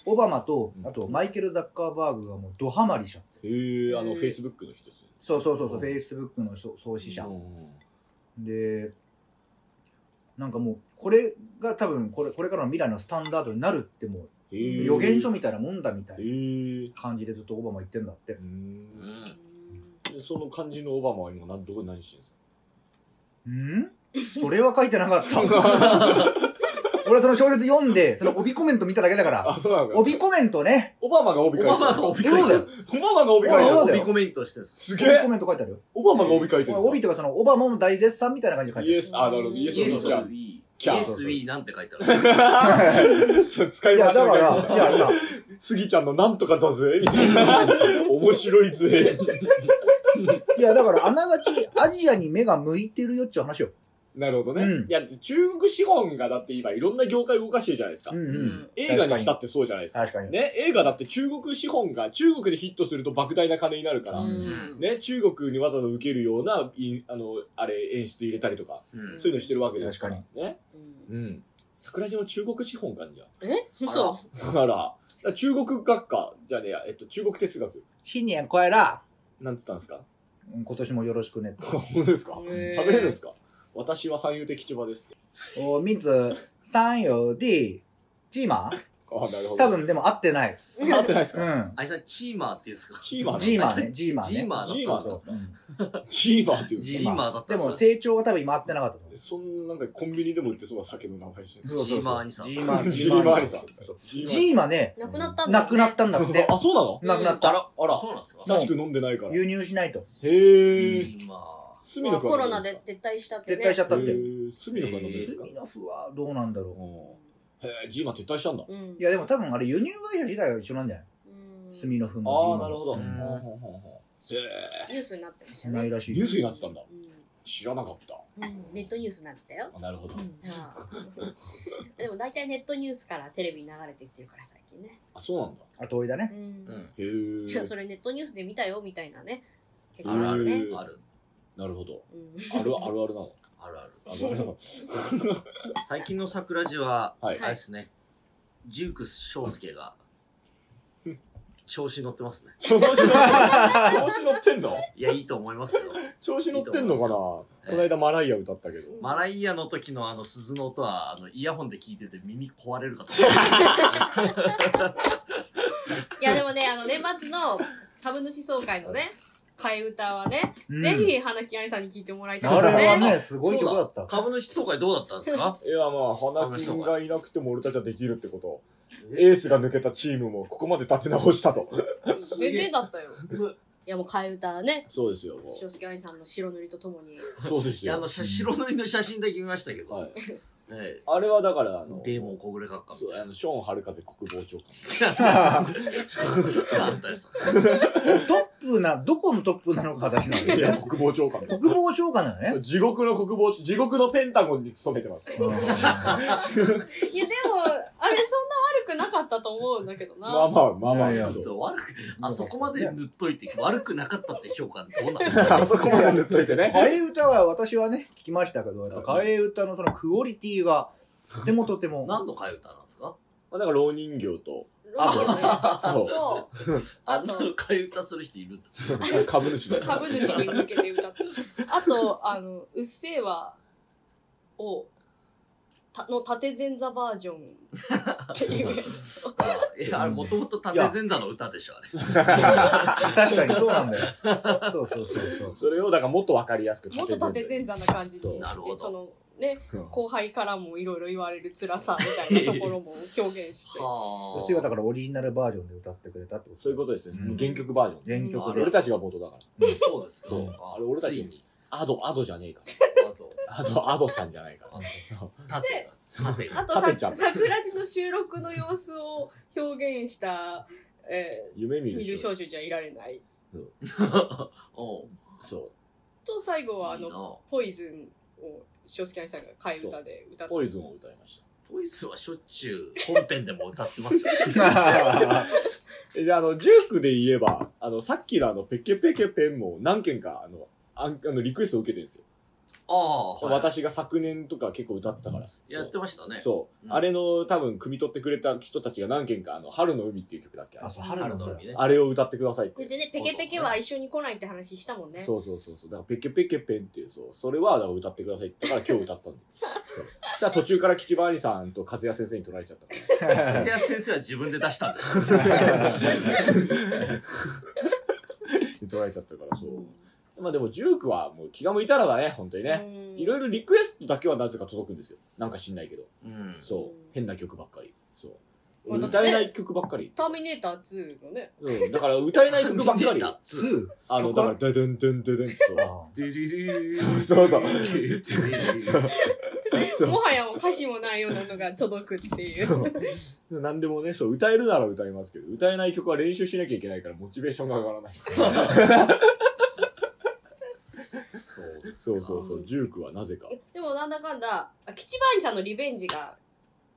[SPEAKER 2] オバマと
[SPEAKER 1] うん
[SPEAKER 2] あとマイケル・ザッカーバーグがもうドハマりしちゃって
[SPEAKER 1] へえ、あの、フェイスブックの人ですよね。
[SPEAKER 2] そうそうそうそう
[SPEAKER 1] うん
[SPEAKER 2] フェイスブックの創創始者
[SPEAKER 1] うん
[SPEAKER 2] でなんかもうこれが多分これこれからの未来のスタンダードになるっても
[SPEAKER 1] へ
[SPEAKER 2] う
[SPEAKER 1] え
[SPEAKER 2] 予言書みたいなもんだみたい
[SPEAKER 1] へ
[SPEAKER 2] な
[SPEAKER 1] え。
[SPEAKER 2] 感じでずっとオバマ言ってんだって
[SPEAKER 1] うん
[SPEAKER 3] うん
[SPEAKER 1] でその感じのオバマは今何どこで何してるんですか
[SPEAKER 2] んそれは書いてなかった 俺はその小説読んでその帯コメント見ただけだから
[SPEAKER 1] あ、そうなんだ。
[SPEAKER 2] 帯コメントね
[SPEAKER 1] オバマが帯書いてる。
[SPEAKER 3] オバマが帯
[SPEAKER 2] 書いてる
[SPEAKER 1] そうだよオバマが帯書いて
[SPEAKER 2] そう
[SPEAKER 1] る。
[SPEAKER 2] だ
[SPEAKER 3] 帯
[SPEAKER 2] よ
[SPEAKER 3] コメントしてるんです
[SPEAKER 1] すげ
[SPEAKER 2] 帯コ
[SPEAKER 1] え
[SPEAKER 2] メント書いてあるよ
[SPEAKER 1] オバマが帯書いてるん
[SPEAKER 2] 帯
[SPEAKER 1] で
[SPEAKER 2] とかそのオバマも大絶賛みたいな感じ
[SPEAKER 1] すか
[SPEAKER 2] で
[SPEAKER 1] イ
[SPEAKER 2] 書い
[SPEAKER 1] エ
[SPEAKER 2] て
[SPEAKER 1] ス、あ、なるほど、イエス
[SPEAKER 3] イエ
[SPEAKER 1] の
[SPEAKER 3] ス
[SPEAKER 1] じゃ
[SPEAKER 3] We イ
[SPEAKER 1] キャー
[SPEAKER 3] エス We なんて 書いてある
[SPEAKER 2] ある
[SPEAKER 1] あ使い
[SPEAKER 2] いや
[SPEAKER 1] 回し
[SPEAKER 2] だ
[SPEAKER 1] の
[SPEAKER 2] か
[SPEAKER 1] 概念
[SPEAKER 2] らいやいや
[SPEAKER 1] スギちゃんのなんとかだぜみたいな。面白いぜ。
[SPEAKER 2] いやだからあながちアジアに目が向いてるよっちゅう話よ
[SPEAKER 1] なるほどね。
[SPEAKER 2] うん
[SPEAKER 1] いや、中国資本がだって今いろんな業界動かしてるじゃないですか。
[SPEAKER 2] うんうん
[SPEAKER 1] 映画にしたってそうじゃないですか。
[SPEAKER 2] 確かに
[SPEAKER 1] ね、映画だって中国資本が中国でヒットすると莫大な金になるから、
[SPEAKER 2] うん
[SPEAKER 1] ね、中国にわざわざ受けるような、いあの、あれ、演出入れたりとか、
[SPEAKER 3] うん
[SPEAKER 1] そういうのしてるわけですから。
[SPEAKER 2] 確
[SPEAKER 1] ね。うん。桜島中国資本かんじゃん。
[SPEAKER 4] え嘘
[SPEAKER 1] あら。だから中国学科じゃねえや、えっと、中国哲学。
[SPEAKER 2] 新年超えら
[SPEAKER 1] なんつったんですか
[SPEAKER 2] うん今年もよろしくね
[SPEAKER 1] 本当ですか
[SPEAKER 4] へえ
[SPEAKER 1] 喋れるんですか私は三遊亭吉場ですって。
[SPEAKER 2] おみつ三よでチーマー
[SPEAKER 1] ああ、なるほど。
[SPEAKER 2] 多分でも合ってない
[SPEAKER 1] 合ってないです
[SPEAKER 2] う
[SPEAKER 1] か、
[SPEAKER 2] ん
[SPEAKER 3] あいつはチーマーっていうんですか
[SPEAKER 1] チーマーなん
[SPEAKER 2] ジ
[SPEAKER 1] です
[SPEAKER 2] ーマ
[SPEAKER 1] か
[SPEAKER 2] ーねジーマーね
[SPEAKER 3] ジーマーだっ
[SPEAKER 1] ジーマーだ
[SPEAKER 3] たんですか
[SPEAKER 2] そうそううん
[SPEAKER 1] チーマーっていうんです
[SPEAKER 3] ジ
[SPEAKER 1] か
[SPEAKER 3] ーマーだった
[SPEAKER 2] で
[SPEAKER 3] んです
[SPEAKER 2] も
[SPEAKER 3] か
[SPEAKER 2] 成長が多分今合ってなかったと思う
[SPEAKER 1] そんななんかコンビニでも売ってそうな酒の名前してる。
[SPEAKER 3] そうそうそうジーマーにさ
[SPEAKER 2] ジーマー
[SPEAKER 1] ジーマーにさ
[SPEAKER 2] そう
[SPEAKER 1] ジ
[SPEAKER 2] ジーマね
[SPEAKER 4] なくなったんだ、ね。
[SPEAKER 2] なくなったんだって
[SPEAKER 1] あ、そうなの
[SPEAKER 2] なくなっ
[SPEAKER 3] あ
[SPEAKER 2] た
[SPEAKER 3] らあらそうなんですか
[SPEAKER 2] そ
[SPEAKER 1] 久しく飲んでないから。へ
[SPEAKER 2] 輸入しないと
[SPEAKER 1] ぇー。
[SPEAKER 3] ジーマー
[SPEAKER 1] 隅野くん
[SPEAKER 4] コ
[SPEAKER 1] は
[SPEAKER 4] ロ
[SPEAKER 1] 飲ん
[SPEAKER 4] ナ
[SPEAKER 1] るん
[SPEAKER 4] です撤退したって
[SPEAKER 2] 撤
[SPEAKER 4] ね。
[SPEAKER 2] 退しちゃっ
[SPEAKER 1] か。
[SPEAKER 2] たっ
[SPEAKER 1] へ
[SPEAKER 2] て
[SPEAKER 1] ぇー。隅野くんは飲んでるんですか
[SPEAKER 2] スミノフはどうなんだろ
[SPEAKER 1] うんへぇー、ジーマー撤退したんだ。
[SPEAKER 4] う
[SPEAKER 2] うんい。やでも多分あれ輸入会社自体は一緒なんじゃない
[SPEAKER 4] うん
[SPEAKER 2] スミノフも
[SPEAKER 1] ああ、なるほど。
[SPEAKER 2] ジ
[SPEAKER 1] ほ
[SPEAKER 2] ー
[SPEAKER 1] うほ
[SPEAKER 2] マーも
[SPEAKER 1] うほうほうへ
[SPEAKER 4] ニュースになってました
[SPEAKER 2] うんない
[SPEAKER 4] ね。
[SPEAKER 2] らし
[SPEAKER 1] ぇー。
[SPEAKER 2] い
[SPEAKER 1] ニュースになってたんだ。
[SPEAKER 4] う
[SPEAKER 1] 知らなかった。
[SPEAKER 4] んうんネットニュースになってたよ。
[SPEAKER 1] あなるほど。
[SPEAKER 4] ああでも大体ネットニュースからテレビに流れていってるから最近ね。
[SPEAKER 1] あ、そうなんだ。
[SPEAKER 2] 後追いだね
[SPEAKER 4] うん
[SPEAKER 3] うん
[SPEAKER 1] へ
[SPEAKER 4] いや
[SPEAKER 1] ぇ
[SPEAKER 4] そ
[SPEAKER 1] ー。
[SPEAKER 4] れネットニュースで見たよみたいなね。結
[SPEAKER 3] あ
[SPEAKER 4] 構
[SPEAKER 3] るあ
[SPEAKER 4] あるね。
[SPEAKER 3] るある
[SPEAKER 1] なるほど。
[SPEAKER 4] うん
[SPEAKER 1] あるあるあるな の。
[SPEAKER 3] あるある
[SPEAKER 1] あるあるなの。
[SPEAKER 3] 最近の桜地は
[SPEAKER 1] はい
[SPEAKER 3] あれですねジューク翔介が調子乗ってますね
[SPEAKER 1] 調子乗ってんの調子乗ってんの
[SPEAKER 3] いやいいと思いますよ
[SPEAKER 1] 調子乗ってんのかなこの間マライア歌ったけど。
[SPEAKER 3] マライアの時のあの鈴の音はあのイヤホンで聞いてて耳壊れるかと思いました
[SPEAKER 4] いやでもね、あの年末の株主総会のね、替え歌はね、
[SPEAKER 2] うん
[SPEAKER 4] ぜひ花木愛さんに聞いてもらいた
[SPEAKER 2] あ
[SPEAKER 4] い
[SPEAKER 2] れは
[SPEAKER 4] ね。
[SPEAKER 2] ねすごい曲だった
[SPEAKER 3] 株主総会どうだったんですか
[SPEAKER 1] いやまあ花金がいなくても俺たちはできるってことエースが抜けたチームもここまで立て直したと
[SPEAKER 4] 全然だったよ。いやもう替え歌はね、
[SPEAKER 1] そうですよも
[SPEAKER 4] 塩介愛さんの白塗りとともに。
[SPEAKER 1] うそうです
[SPEAKER 3] いやあの
[SPEAKER 1] よ
[SPEAKER 3] 写白塗りの写真だけ見ましたけど、
[SPEAKER 1] はい
[SPEAKER 3] ええ
[SPEAKER 1] あれはだからあの
[SPEAKER 3] デーモン小暮閣下
[SPEAKER 1] そうあのショーン・春風国防長官
[SPEAKER 3] 反対さ
[SPEAKER 2] トップなどこのトップなのか私なん
[SPEAKER 1] い
[SPEAKER 2] で
[SPEAKER 1] や国防長官
[SPEAKER 2] 国防長官だよね
[SPEAKER 1] 地獄の国防地獄のペンタゴンに勤めてます
[SPEAKER 4] いやでも、あれそんな悪くなかったと思うんだけどな。
[SPEAKER 1] まあまあまあまあ
[SPEAKER 2] いやいや
[SPEAKER 1] そう
[SPEAKER 3] そう悪くあそこまで塗っといて悪くなかったって評価どうなの
[SPEAKER 1] あそこまで塗っといてね
[SPEAKER 2] 替え歌は私はね聞きましたけどやっぱ替え歌のそのクオリティがとてもとても
[SPEAKER 3] 何の替え歌なんですか
[SPEAKER 1] まあだから老人形と
[SPEAKER 4] ロミオ
[SPEAKER 1] そ
[SPEAKER 4] と、
[SPEAKER 3] あ
[SPEAKER 4] あ
[SPEAKER 3] んな
[SPEAKER 4] と
[SPEAKER 3] の替え歌する人いるんだ。
[SPEAKER 1] う。株主だ
[SPEAKER 4] 株主に向けて歌った。あと、あの、うっせぇわを、たの縦前座バージョンっていうやつを。
[SPEAKER 3] いや、あれもともと縦前座の歌でしょ、あれ。
[SPEAKER 2] 確かにそうなんだよ。そうそうそうそ
[SPEAKER 1] それを、だからもっとわかりやすく
[SPEAKER 4] もっと縦前座な感じに
[SPEAKER 1] そう
[SPEAKER 3] なる
[SPEAKER 4] し
[SPEAKER 3] ほど
[SPEAKER 4] て、その、ね、
[SPEAKER 1] 座。うん
[SPEAKER 4] 後輩からもいろいろ言われる辛さみたいなところも表 現して。
[SPEAKER 2] う。
[SPEAKER 3] は
[SPEAKER 2] そしてはだからオリジナルバージョンで歌ってくれたってこと
[SPEAKER 1] そういうことですね
[SPEAKER 2] うん。
[SPEAKER 1] 原曲バージョン。
[SPEAKER 2] 原
[SPEAKER 1] あ
[SPEAKER 2] 曲
[SPEAKER 1] れ
[SPEAKER 2] で
[SPEAKER 1] 俺。たちが元だから。
[SPEAKER 3] そうですね。
[SPEAKER 1] そうあれ俺たち
[SPEAKER 3] ついに。
[SPEAKER 1] アド、アドじゃねえか。
[SPEAKER 3] あと、
[SPEAKER 1] アド、アドちゃんじゃないから。そう
[SPEAKER 3] 縦が。縦
[SPEAKER 4] あ
[SPEAKER 3] が。
[SPEAKER 4] とさ
[SPEAKER 1] 食べちゃう
[SPEAKER 4] 桜地の収録の様子を表現した、え
[SPEAKER 1] 夢見
[SPEAKER 4] ー、
[SPEAKER 1] る
[SPEAKER 4] 見る
[SPEAKER 1] 少
[SPEAKER 4] 少
[SPEAKER 1] 女。
[SPEAKER 4] 女じゃいられない。
[SPEAKER 3] おう
[SPEAKER 1] そ
[SPEAKER 4] と、最後はあ
[SPEAKER 3] いいな
[SPEAKER 4] の、ポイズンを、ショスキャイさんが替え歌で歌っ
[SPEAKER 1] う。
[SPEAKER 4] て。
[SPEAKER 1] ポイズンを歌いまし
[SPEAKER 3] ポイズンはしょっちゅう本編でも歌ってますよ。
[SPEAKER 1] た。えで、あの、ジュークで言えば、あの、さっきのあの、ペケペケペンも何件か、あの、あんあのリクエストを受けてるんですよ。
[SPEAKER 3] ああ、はい
[SPEAKER 1] 私が昨年とか結構歌ってたから。
[SPEAKER 3] やってましたね。
[SPEAKER 1] そう、
[SPEAKER 3] うん
[SPEAKER 1] あれの多分汲み取ってくれた人たちが何件かあの春の海っていう曲だっけあれ
[SPEAKER 2] あ、そう、春の
[SPEAKER 3] 春の
[SPEAKER 2] 空
[SPEAKER 3] 海ね
[SPEAKER 1] あれを歌ってくださいって、
[SPEAKER 4] でね、ペケペケは一緒に来ないって話したもんね。
[SPEAKER 1] そうそうそうそうだからペケペケペンっていうそうそれはだから歌ってくださいって言ったから今日歌ったんでそう そしたら途中から吉羽兄さんと和也先生に取られちゃったから
[SPEAKER 3] 藤谷先生は自分で出したんですよ。
[SPEAKER 1] 取られちゃったからそうまあでもジュークはもう気が向いたらだね本当にね、いろい
[SPEAKER 4] ろ。
[SPEAKER 1] ろリクエストだけはなぜか届くんですよなんか知んないけど、
[SPEAKER 3] うん。
[SPEAKER 1] そう
[SPEAKER 4] うん
[SPEAKER 1] 変な曲ばっかりそう
[SPEAKER 4] まあだって
[SPEAKER 1] 歌えない曲ばっかり
[SPEAKER 4] ターミネーター2のね。
[SPEAKER 1] そうだから歌えない曲ばっかり
[SPEAKER 3] だつ
[SPEAKER 2] 2。
[SPEAKER 1] あの、だから、ドゥドゥンドゥンドゥドゥンってそう
[SPEAKER 2] あ
[SPEAKER 1] そうそうそう
[SPEAKER 3] そう。
[SPEAKER 1] そう
[SPEAKER 4] もはやもう歌詞もないようなのが届くって いう。
[SPEAKER 1] そう。なんでもね、そう、歌えるなら歌いますけど、歌えない曲は練習しなきゃいけないから、モチベーションが上がらない。
[SPEAKER 3] そ
[SPEAKER 1] そ
[SPEAKER 3] う
[SPEAKER 1] うそうそう、ジュークはなぜか。
[SPEAKER 4] でもなんだかんだ、あ吉バーニさんのリベンジが、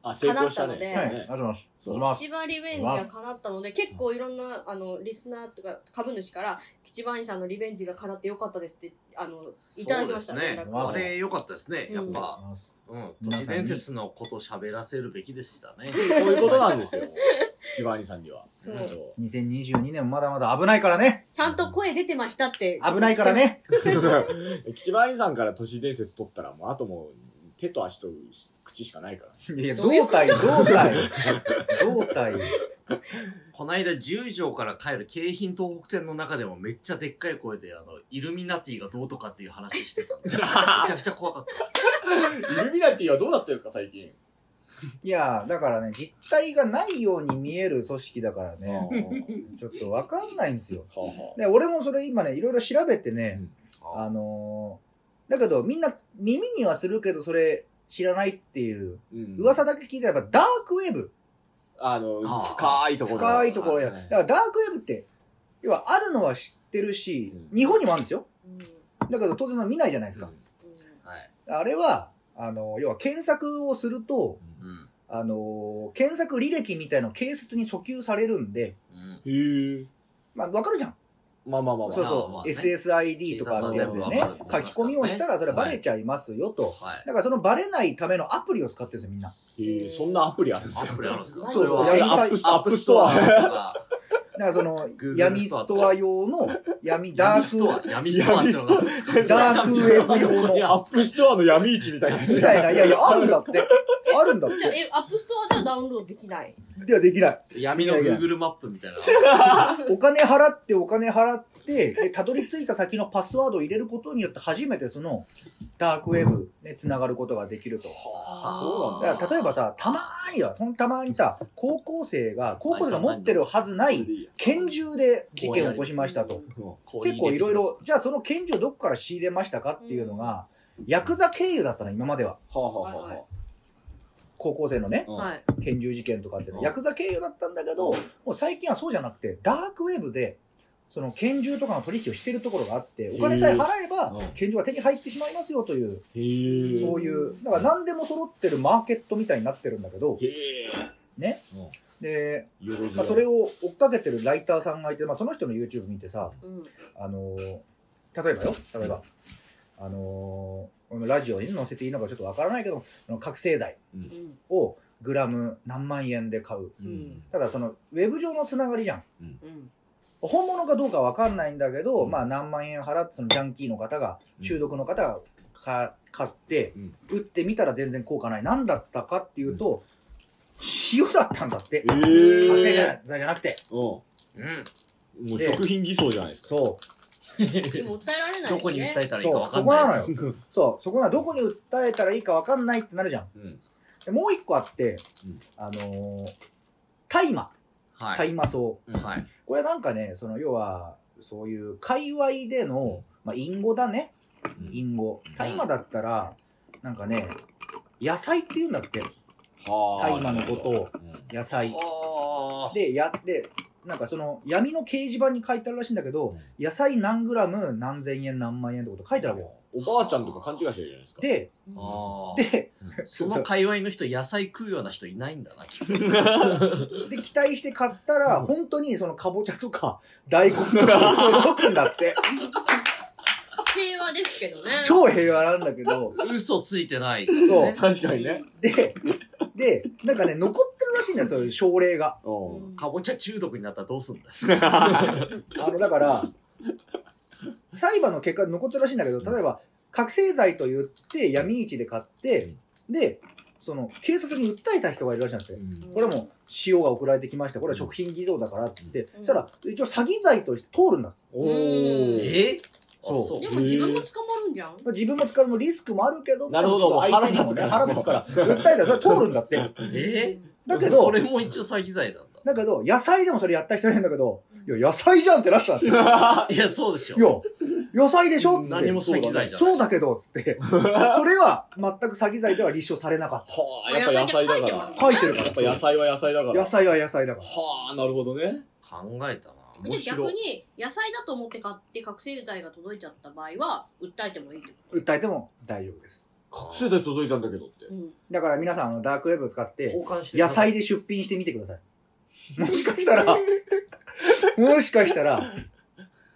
[SPEAKER 1] あ、成功したね。
[SPEAKER 2] ー
[SPEAKER 4] 叶
[SPEAKER 2] はい、あ
[SPEAKER 1] そうねそ
[SPEAKER 2] りがとうございます。
[SPEAKER 1] う
[SPEAKER 2] まあ
[SPEAKER 4] 吉バリベンジが叶ったので、結構いろんな、あの、リスナーとか株主から、吉バーニさんのリベンジが叶ってよかったですって、あの、いただきました
[SPEAKER 3] そうです
[SPEAKER 4] ね
[SPEAKER 3] ね。
[SPEAKER 2] ま
[SPEAKER 3] あれ良かったですね。や
[SPEAKER 2] ありがと
[SPEAKER 3] っ
[SPEAKER 2] うござい
[SPEAKER 3] ぱ、
[SPEAKER 2] ます
[SPEAKER 3] うん。都市伝説のこと喋らせるべきでしたね。そう
[SPEAKER 1] そういうことなんです よ。七番兄さんには。
[SPEAKER 4] そう
[SPEAKER 2] 2022年もまだまだ危ないからね。
[SPEAKER 4] ちゃんと声出てましたって。
[SPEAKER 2] 危ないから。ね。
[SPEAKER 1] 吉番兄さんから都市伝説取ったら、もうあともう、手と足と口しかないから。
[SPEAKER 2] いやいや、
[SPEAKER 4] どういう
[SPEAKER 2] 胴体、胴体。胴体。
[SPEAKER 3] この間十条から帰る京浜東北線の中でもめっちゃでっかい声であのイルミナティがどうとかっていう話してたん ですよめちゃくちゃ怖かったです
[SPEAKER 1] イルミナティはどうなってるんですか、最近。
[SPEAKER 2] いや、だからね、実体がないように見える組織だから
[SPEAKER 1] は
[SPEAKER 2] ね、ちょっとわかんないんですよ。
[SPEAKER 1] あは
[SPEAKER 2] で、俺もそれ今ね、いろいろ調べてね、あ
[SPEAKER 3] あ
[SPEAKER 2] のーだけどみんな耳にはするけど、それ知らないっていう、
[SPEAKER 1] あうん
[SPEAKER 2] 噂だけ聞いたらやっぱダークウェブ。
[SPEAKER 1] あの、
[SPEAKER 3] あ
[SPEAKER 1] 深いところ。
[SPEAKER 2] 深いところや。
[SPEAKER 1] はい
[SPEAKER 2] だからダークウェブって、要はあるのは知ってるし、
[SPEAKER 1] うん
[SPEAKER 2] 日本にもあるんですよ。
[SPEAKER 4] うん。うん
[SPEAKER 2] だけど当然そんな見ないじゃないですか。
[SPEAKER 3] はい、
[SPEAKER 2] あれは、あの、要は検索をすると、
[SPEAKER 3] う
[SPEAKER 1] うん
[SPEAKER 3] ん
[SPEAKER 2] あの、検索履歴みたいのを警察に訴求されるんで、
[SPEAKER 3] うん、
[SPEAKER 1] へえ。
[SPEAKER 2] まあ、わかるじゃん。
[SPEAKER 1] まあまあまあまあ。
[SPEAKER 2] そう
[SPEAKER 3] まあ
[SPEAKER 2] そ
[SPEAKER 3] まあ
[SPEAKER 2] う。
[SPEAKER 3] ね
[SPEAKER 2] SSID とかってやつで
[SPEAKER 1] 警察は全
[SPEAKER 2] ね
[SPEAKER 1] 部わかるって
[SPEAKER 2] 書き込みをしたらそれバレちゃいますよと。
[SPEAKER 3] はい
[SPEAKER 2] だからそのバレないためのアプリを使ってるんですよ、みんな。
[SPEAKER 1] へえ、そんなアプリあるんです
[SPEAKER 3] ア
[SPEAKER 1] よ
[SPEAKER 3] プリあるんですか
[SPEAKER 4] そうそう
[SPEAKER 2] やり
[SPEAKER 1] ア
[SPEAKER 2] た
[SPEAKER 1] ッ
[SPEAKER 2] い
[SPEAKER 1] プアップストア。
[SPEAKER 3] とか
[SPEAKER 2] だからその
[SPEAKER 3] Google
[SPEAKER 2] 闇ストア用の闇ダ
[SPEAKER 3] 闇スト
[SPEAKER 2] ー
[SPEAKER 3] ア闇ストアってのがあるんですか
[SPEAKER 2] ク、ダークウェブ用
[SPEAKER 1] いや、ア
[SPEAKER 2] の。
[SPEAKER 1] ップストアの闇市みたいなやつ。
[SPEAKER 2] みたいな、いやいや、あるんだって。あるんだっ
[SPEAKER 4] じゃあ、
[SPEAKER 2] て。
[SPEAKER 4] え、アップストアではダウンロードできない。
[SPEAKER 2] ではできない。
[SPEAKER 3] 闇の Google マップみたいな
[SPEAKER 2] お金払ってお金払って、で、たどり着いた先のパスワードを入れることによって初めてそのダークウェブね、繋がることができると。
[SPEAKER 1] そうなん
[SPEAKER 2] だから例えばさ、たまーにだ、ほんたまーにさ、高校生が、高校生が持ってるはずない拳銃で事件を起こしましたと。結構いろいろ、じゃあその拳銃をどこから仕入れましたかっていうのが、ヤクザ経由だったの、今までは。
[SPEAKER 1] はあはあはあは
[SPEAKER 2] 高校生のね、
[SPEAKER 1] あ。い。
[SPEAKER 4] はい。
[SPEAKER 2] 拳銃事件とかっていうの
[SPEAKER 1] うん
[SPEAKER 2] はヤクザ経由だったんだけど、もう最近はそうじゃなくて、ダークウェブで、その拳銃とかの取引をしてるところがあって、お金さえ払えば
[SPEAKER 1] うん、
[SPEAKER 2] 拳銃が手に入ってしまいますよという、
[SPEAKER 1] へえ。
[SPEAKER 2] そういう、だから何でも揃ってるマーケットみたいになってるんだけど、
[SPEAKER 1] へえ。
[SPEAKER 2] ね
[SPEAKER 1] うん。
[SPEAKER 2] で、
[SPEAKER 1] よろず
[SPEAKER 2] まあ、それを追っかけてるライターさんがいて、まあ、その人の YouTube 見てさ、
[SPEAKER 4] うん。
[SPEAKER 2] あのー例えばよ、例えば、あのー俺もラジオに載せていいのかちょっとわからないけど、その覚醒剤
[SPEAKER 4] うん。
[SPEAKER 2] をグラム何万円で買う。
[SPEAKER 4] うん
[SPEAKER 2] ただその、ウェブ上のつながりじゃん。
[SPEAKER 4] うん
[SPEAKER 2] 本物かどうかわかんないんだけど、
[SPEAKER 1] うん
[SPEAKER 2] まあ何万円払ってそのジャンキーの方が、
[SPEAKER 1] うん
[SPEAKER 2] 中毒の方がか買って
[SPEAKER 1] うん、
[SPEAKER 2] 打ってみたら全然効果ない。何だったかっていうと、塩だったんだって。
[SPEAKER 1] え
[SPEAKER 2] 覚醒剤
[SPEAKER 1] ー、
[SPEAKER 2] じゃなくて。
[SPEAKER 1] うんも
[SPEAKER 3] うん。
[SPEAKER 1] う食品偽装じゃないですか。
[SPEAKER 2] そう。
[SPEAKER 4] でも訴えられない
[SPEAKER 3] ど
[SPEAKER 4] よ
[SPEAKER 3] こに
[SPEAKER 4] ね
[SPEAKER 3] 訴えたらい
[SPEAKER 2] そ
[SPEAKER 3] い
[SPEAKER 2] うそ
[SPEAKER 3] か、わか
[SPEAKER 2] こ
[SPEAKER 3] ん
[SPEAKER 2] な
[SPEAKER 3] ない
[SPEAKER 2] のよ。そう、そこなどこに訴えたらいいかわかんないってなるじゃん。
[SPEAKER 1] うん
[SPEAKER 2] でもう一個あって
[SPEAKER 1] うん、
[SPEAKER 2] あのー、大麻、
[SPEAKER 3] はい。
[SPEAKER 2] 大麻草。
[SPEAKER 3] うんはい。
[SPEAKER 2] これなんかね、その要は、そういう界隈での、まあ、隠語だね。
[SPEAKER 1] うん
[SPEAKER 2] 隠語。大麻だったら、なんかね、野菜って言うんだって。
[SPEAKER 1] はあ
[SPEAKER 2] 大麻のことを
[SPEAKER 1] うん
[SPEAKER 2] 野菜。
[SPEAKER 3] あ
[SPEAKER 2] で、やって、なんかその闇の掲示板に書いてあるらしいんだけど、野菜何グラム何千円何万円ってこと書いてあるわけよ。
[SPEAKER 1] おばあちゃんとか勘違いしてるじゃないですか。
[SPEAKER 2] で、
[SPEAKER 4] うん
[SPEAKER 3] あ。で、
[SPEAKER 2] で、
[SPEAKER 3] その界隈の人、野菜食うような人いないんだな、きっと。
[SPEAKER 2] で、期待して買ったら、本当にそのかぼちゃとか 大根と か届くんだって。
[SPEAKER 4] 平和ですけどね
[SPEAKER 2] 超平和なんだけど。
[SPEAKER 3] 嘘ついてない。
[SPEAKER 2] そう
[SPEAKER 3] ね
[SPEAKER 1] 確かにね。
[SPEAKER 2] で、で、なんかね、残ってるらしいんだよ、そういう症例が。
[SPEAKER 1] う
[SPEAKER 4] うんん
[SPEAKER 3] かぼちゃ中毒になったらどうすんだ
[SPEAKER 2] あの、だから、裁判の結果に残ってるらしいんだけど、例えば、覚醒剤と言って闇市で買って、で、その、警察に訴えた人がいるらしいんですよ。これはもう塩が送られてきました。これは食品偽造だからって言って、
[SPEAKER 4] うん
[SPEAKER 2] そしたら、一応詐欺罪として通るんだ。
[SPEAKER 1] お
[SPEAKER 4] うん
[SPEAKER 1] ー。
[SPEAKER 3] えあ、
[SPEAKER 2] そう
[SPEAKER 3] そう
[SPEAKER 4] で。も自分も捕まるんじゃん
[SPEAKER 2] 自分も使うのリスクもあるけど、
[SPEAKER 1] なるほど
[SPEAKER 2] もう相手にもね腹
[SPEAKER 1] 腹
[SPEAKER 2] 立
[SPEAKER 1] 立
[SPEAKER 2] つ
[SPEAKER 1] つ
[SPEAKER 2] か、
[SPEAKER 1] からら
[SPEAKER 2] 訴えたらそれ通るんだって。
[SPEAKER 3] え
[SPEAKER 2] だけど
[SPEAKER 3] そ、れも一応詐欺罪なんだ。
[SPEAKER 2] だけど、野菜でもそれやった人いるんだけど、いや、野菜じゃんってなってたんですよ。
[SPEAKER 3] いや、そうでしょ。
[SPEAKER 2] いや、野菜でしょっつって。
[SPEAKER 3] 何も詐欺罪じゃない
[SPEAKER 2] そうだけど、つって。それは全く詐欺罪では立証されなかっ
[SPEAKER 1] はあ、やっぱ野菜だから。
[SPEAKER 4] あ
[SPEAKER 2] た。書いてるか
[SPEAKER 1] やっぱ
[SPEAKER 2] ら。
[SPEAKER 1] 野菜は野菜だから。
[SPEAKER 2] 野菜は野菜だから。
[SPEAKER 1] はあ、なるほどね。
[SPEAKER 3] 考えたな。
[SPEAKER 1] 面
[SPEAKER 4] じゃあ
[SPEAKER 1] 白
[SPEAKER 4] 逆
[SPEAKER 1] い。
[SPEAKER 4] に野菜だと思って買って覚醒剤が届いちゃった場合は訴えてもいいってこ
[SPEAKER 2] 訴えても大丈夫です。
[SPEAKER 1] 覚醒剤届いたんだけどって
[SPEAKER 4] と、。うん、
[SPEAKER 2] だから皆さん、あのダークウェブを使って、
[SPEAKER 3] 交換して
[SPEAKER 2] 野菜で出品してみてください。もしかしたら、もしかしたら、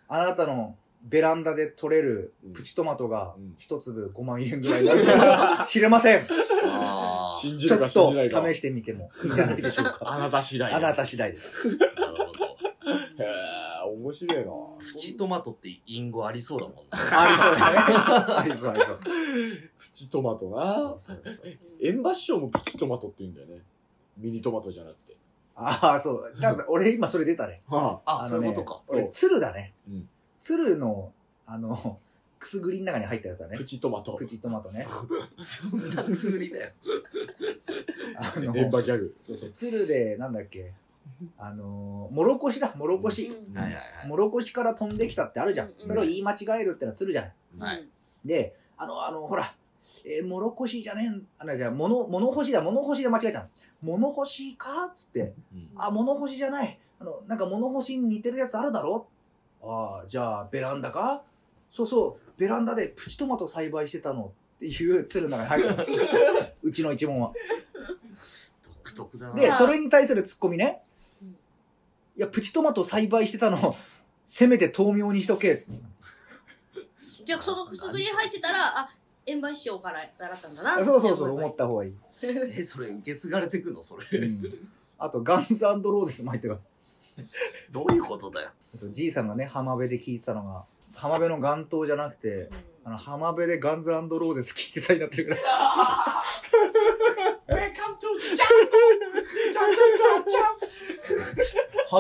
[SPEAKER 2] あなたのベランダで取れるプチトマトが
[SPEAKER 1] うん
[SPEAKER 2] 一粒5万円ぐらいになるかもしれません。ち
[SPEAKER 3] あ
[SPEAKER 1] 信じ
[SPEAKER 2] ょ
[SPEAKER 1] る
[SPEAKER 2] っ
[SPEAKER 1] か
[SPEAKER 2] と
[SPEAKER 1] 信じないか。
[SPEAKER 2] 試してみてもいいんじゃないでしょうか。
[SPEAKER 1] あなた次第
[SPEAKER 2] あなた次第です。
[SPEAKER 3] あ。なるほど。
[SPEAKER 1] へえ、面白いな。
[SPEAKER 3] プチトマトって隠語ありそうだもんね。
[SPEAKER 2] ありそうだね。ありそう、ありそう。
[SPEAKER 1] プチトマトな。円橋賞もプチトマトって言うんだよね。ミニトマトじゃなくて。
[SPEAKER 2] ああ、そう。多分俺今それ出たね。
[SPEAKER 1] は
[SPEAKER 3] あ、
[SPEAKER 2] の
[SPEAKER 3] そうい
[SPEAKER 2] ね
[SPEAKER 3] うことか。
[SPEAKER 2] 俺、
[SPEAKER 1] そう
[SPEAKER 2] 鶴だね
[SPEAKER 1] うん。
[SPEAKER 2] 鶴の、あの、くすぐりの中に入ったやつだ
[SPEAKER 1] あ、
[SPEAKER 2] ね
[SPEAKER 1] プ。チトマト
[SPEAKER 2] プ。チトマトね。
[SPEAKER 3] そんなくすぐりだよ。
[SPEAKER 2] あの
[SPEAKER 1] 円、盤ギャグ。
[SPEAKER 2] そうそう。鶴で、なんだっけ。あのー、もろこしだ、もろこし。
[SPEAKER 4] う
[SPEAKER 3] はいはいはい。
[SPEAKER 2] もろこしから飛んできたってあるじゃん
[SPEAKER 4] うん。うん
[SPEAKER 2] それを言い間違えるってのは鶴じゃない。
[SPEAKER 4] ん
[SPEAKER 3] はい
[SPEAKER 2] で、あの、あの、ほら、えー、もろこしじゃねえん、あ、じゃあ、もの、ものほしだ、ものほしで間違えたの。ものほしかっつって、
[SPEAKER 1] うん
[SPEAKER 2] あ、物干しじゃない。あの、なんか物干しに似てるやつあるだろああ、じゃあ、ベランダかそうそう、ベランダでプチトマト栽培してたのっていう鶴の中に入ったの うちの一問は。
[SPEAKER 3] 独特だな。
[SPEAKER 2] で、
[SPEAKER 4] あー
[SPEAKER 2] それに対するツッコミね
[SPEAKER 4] うん。
[SPEAKER 2] いや、プチトマト栽培してたの、 せめて豆苗にしとけ。
[SPEAKER 4] じゃあそのくすぐり入ってたらあ円盤師匠から習ったんだな
[SPEAKER 2] そうそうそう、思った方がいい。
[SPEAKER 3] え、それ受け継がれてくのそれ。
[SPEAKER 2] うん あと、ガンズローデスも入ってる。
[SPEAKER 3] どういうことだよ。
[SPEAKER 2] そうじいさんがね、浜辺で聞いてたのが、浜辺の眼灯じゃなくて、あの浜辺でガンズローデス聞いてたりなってるぐらい。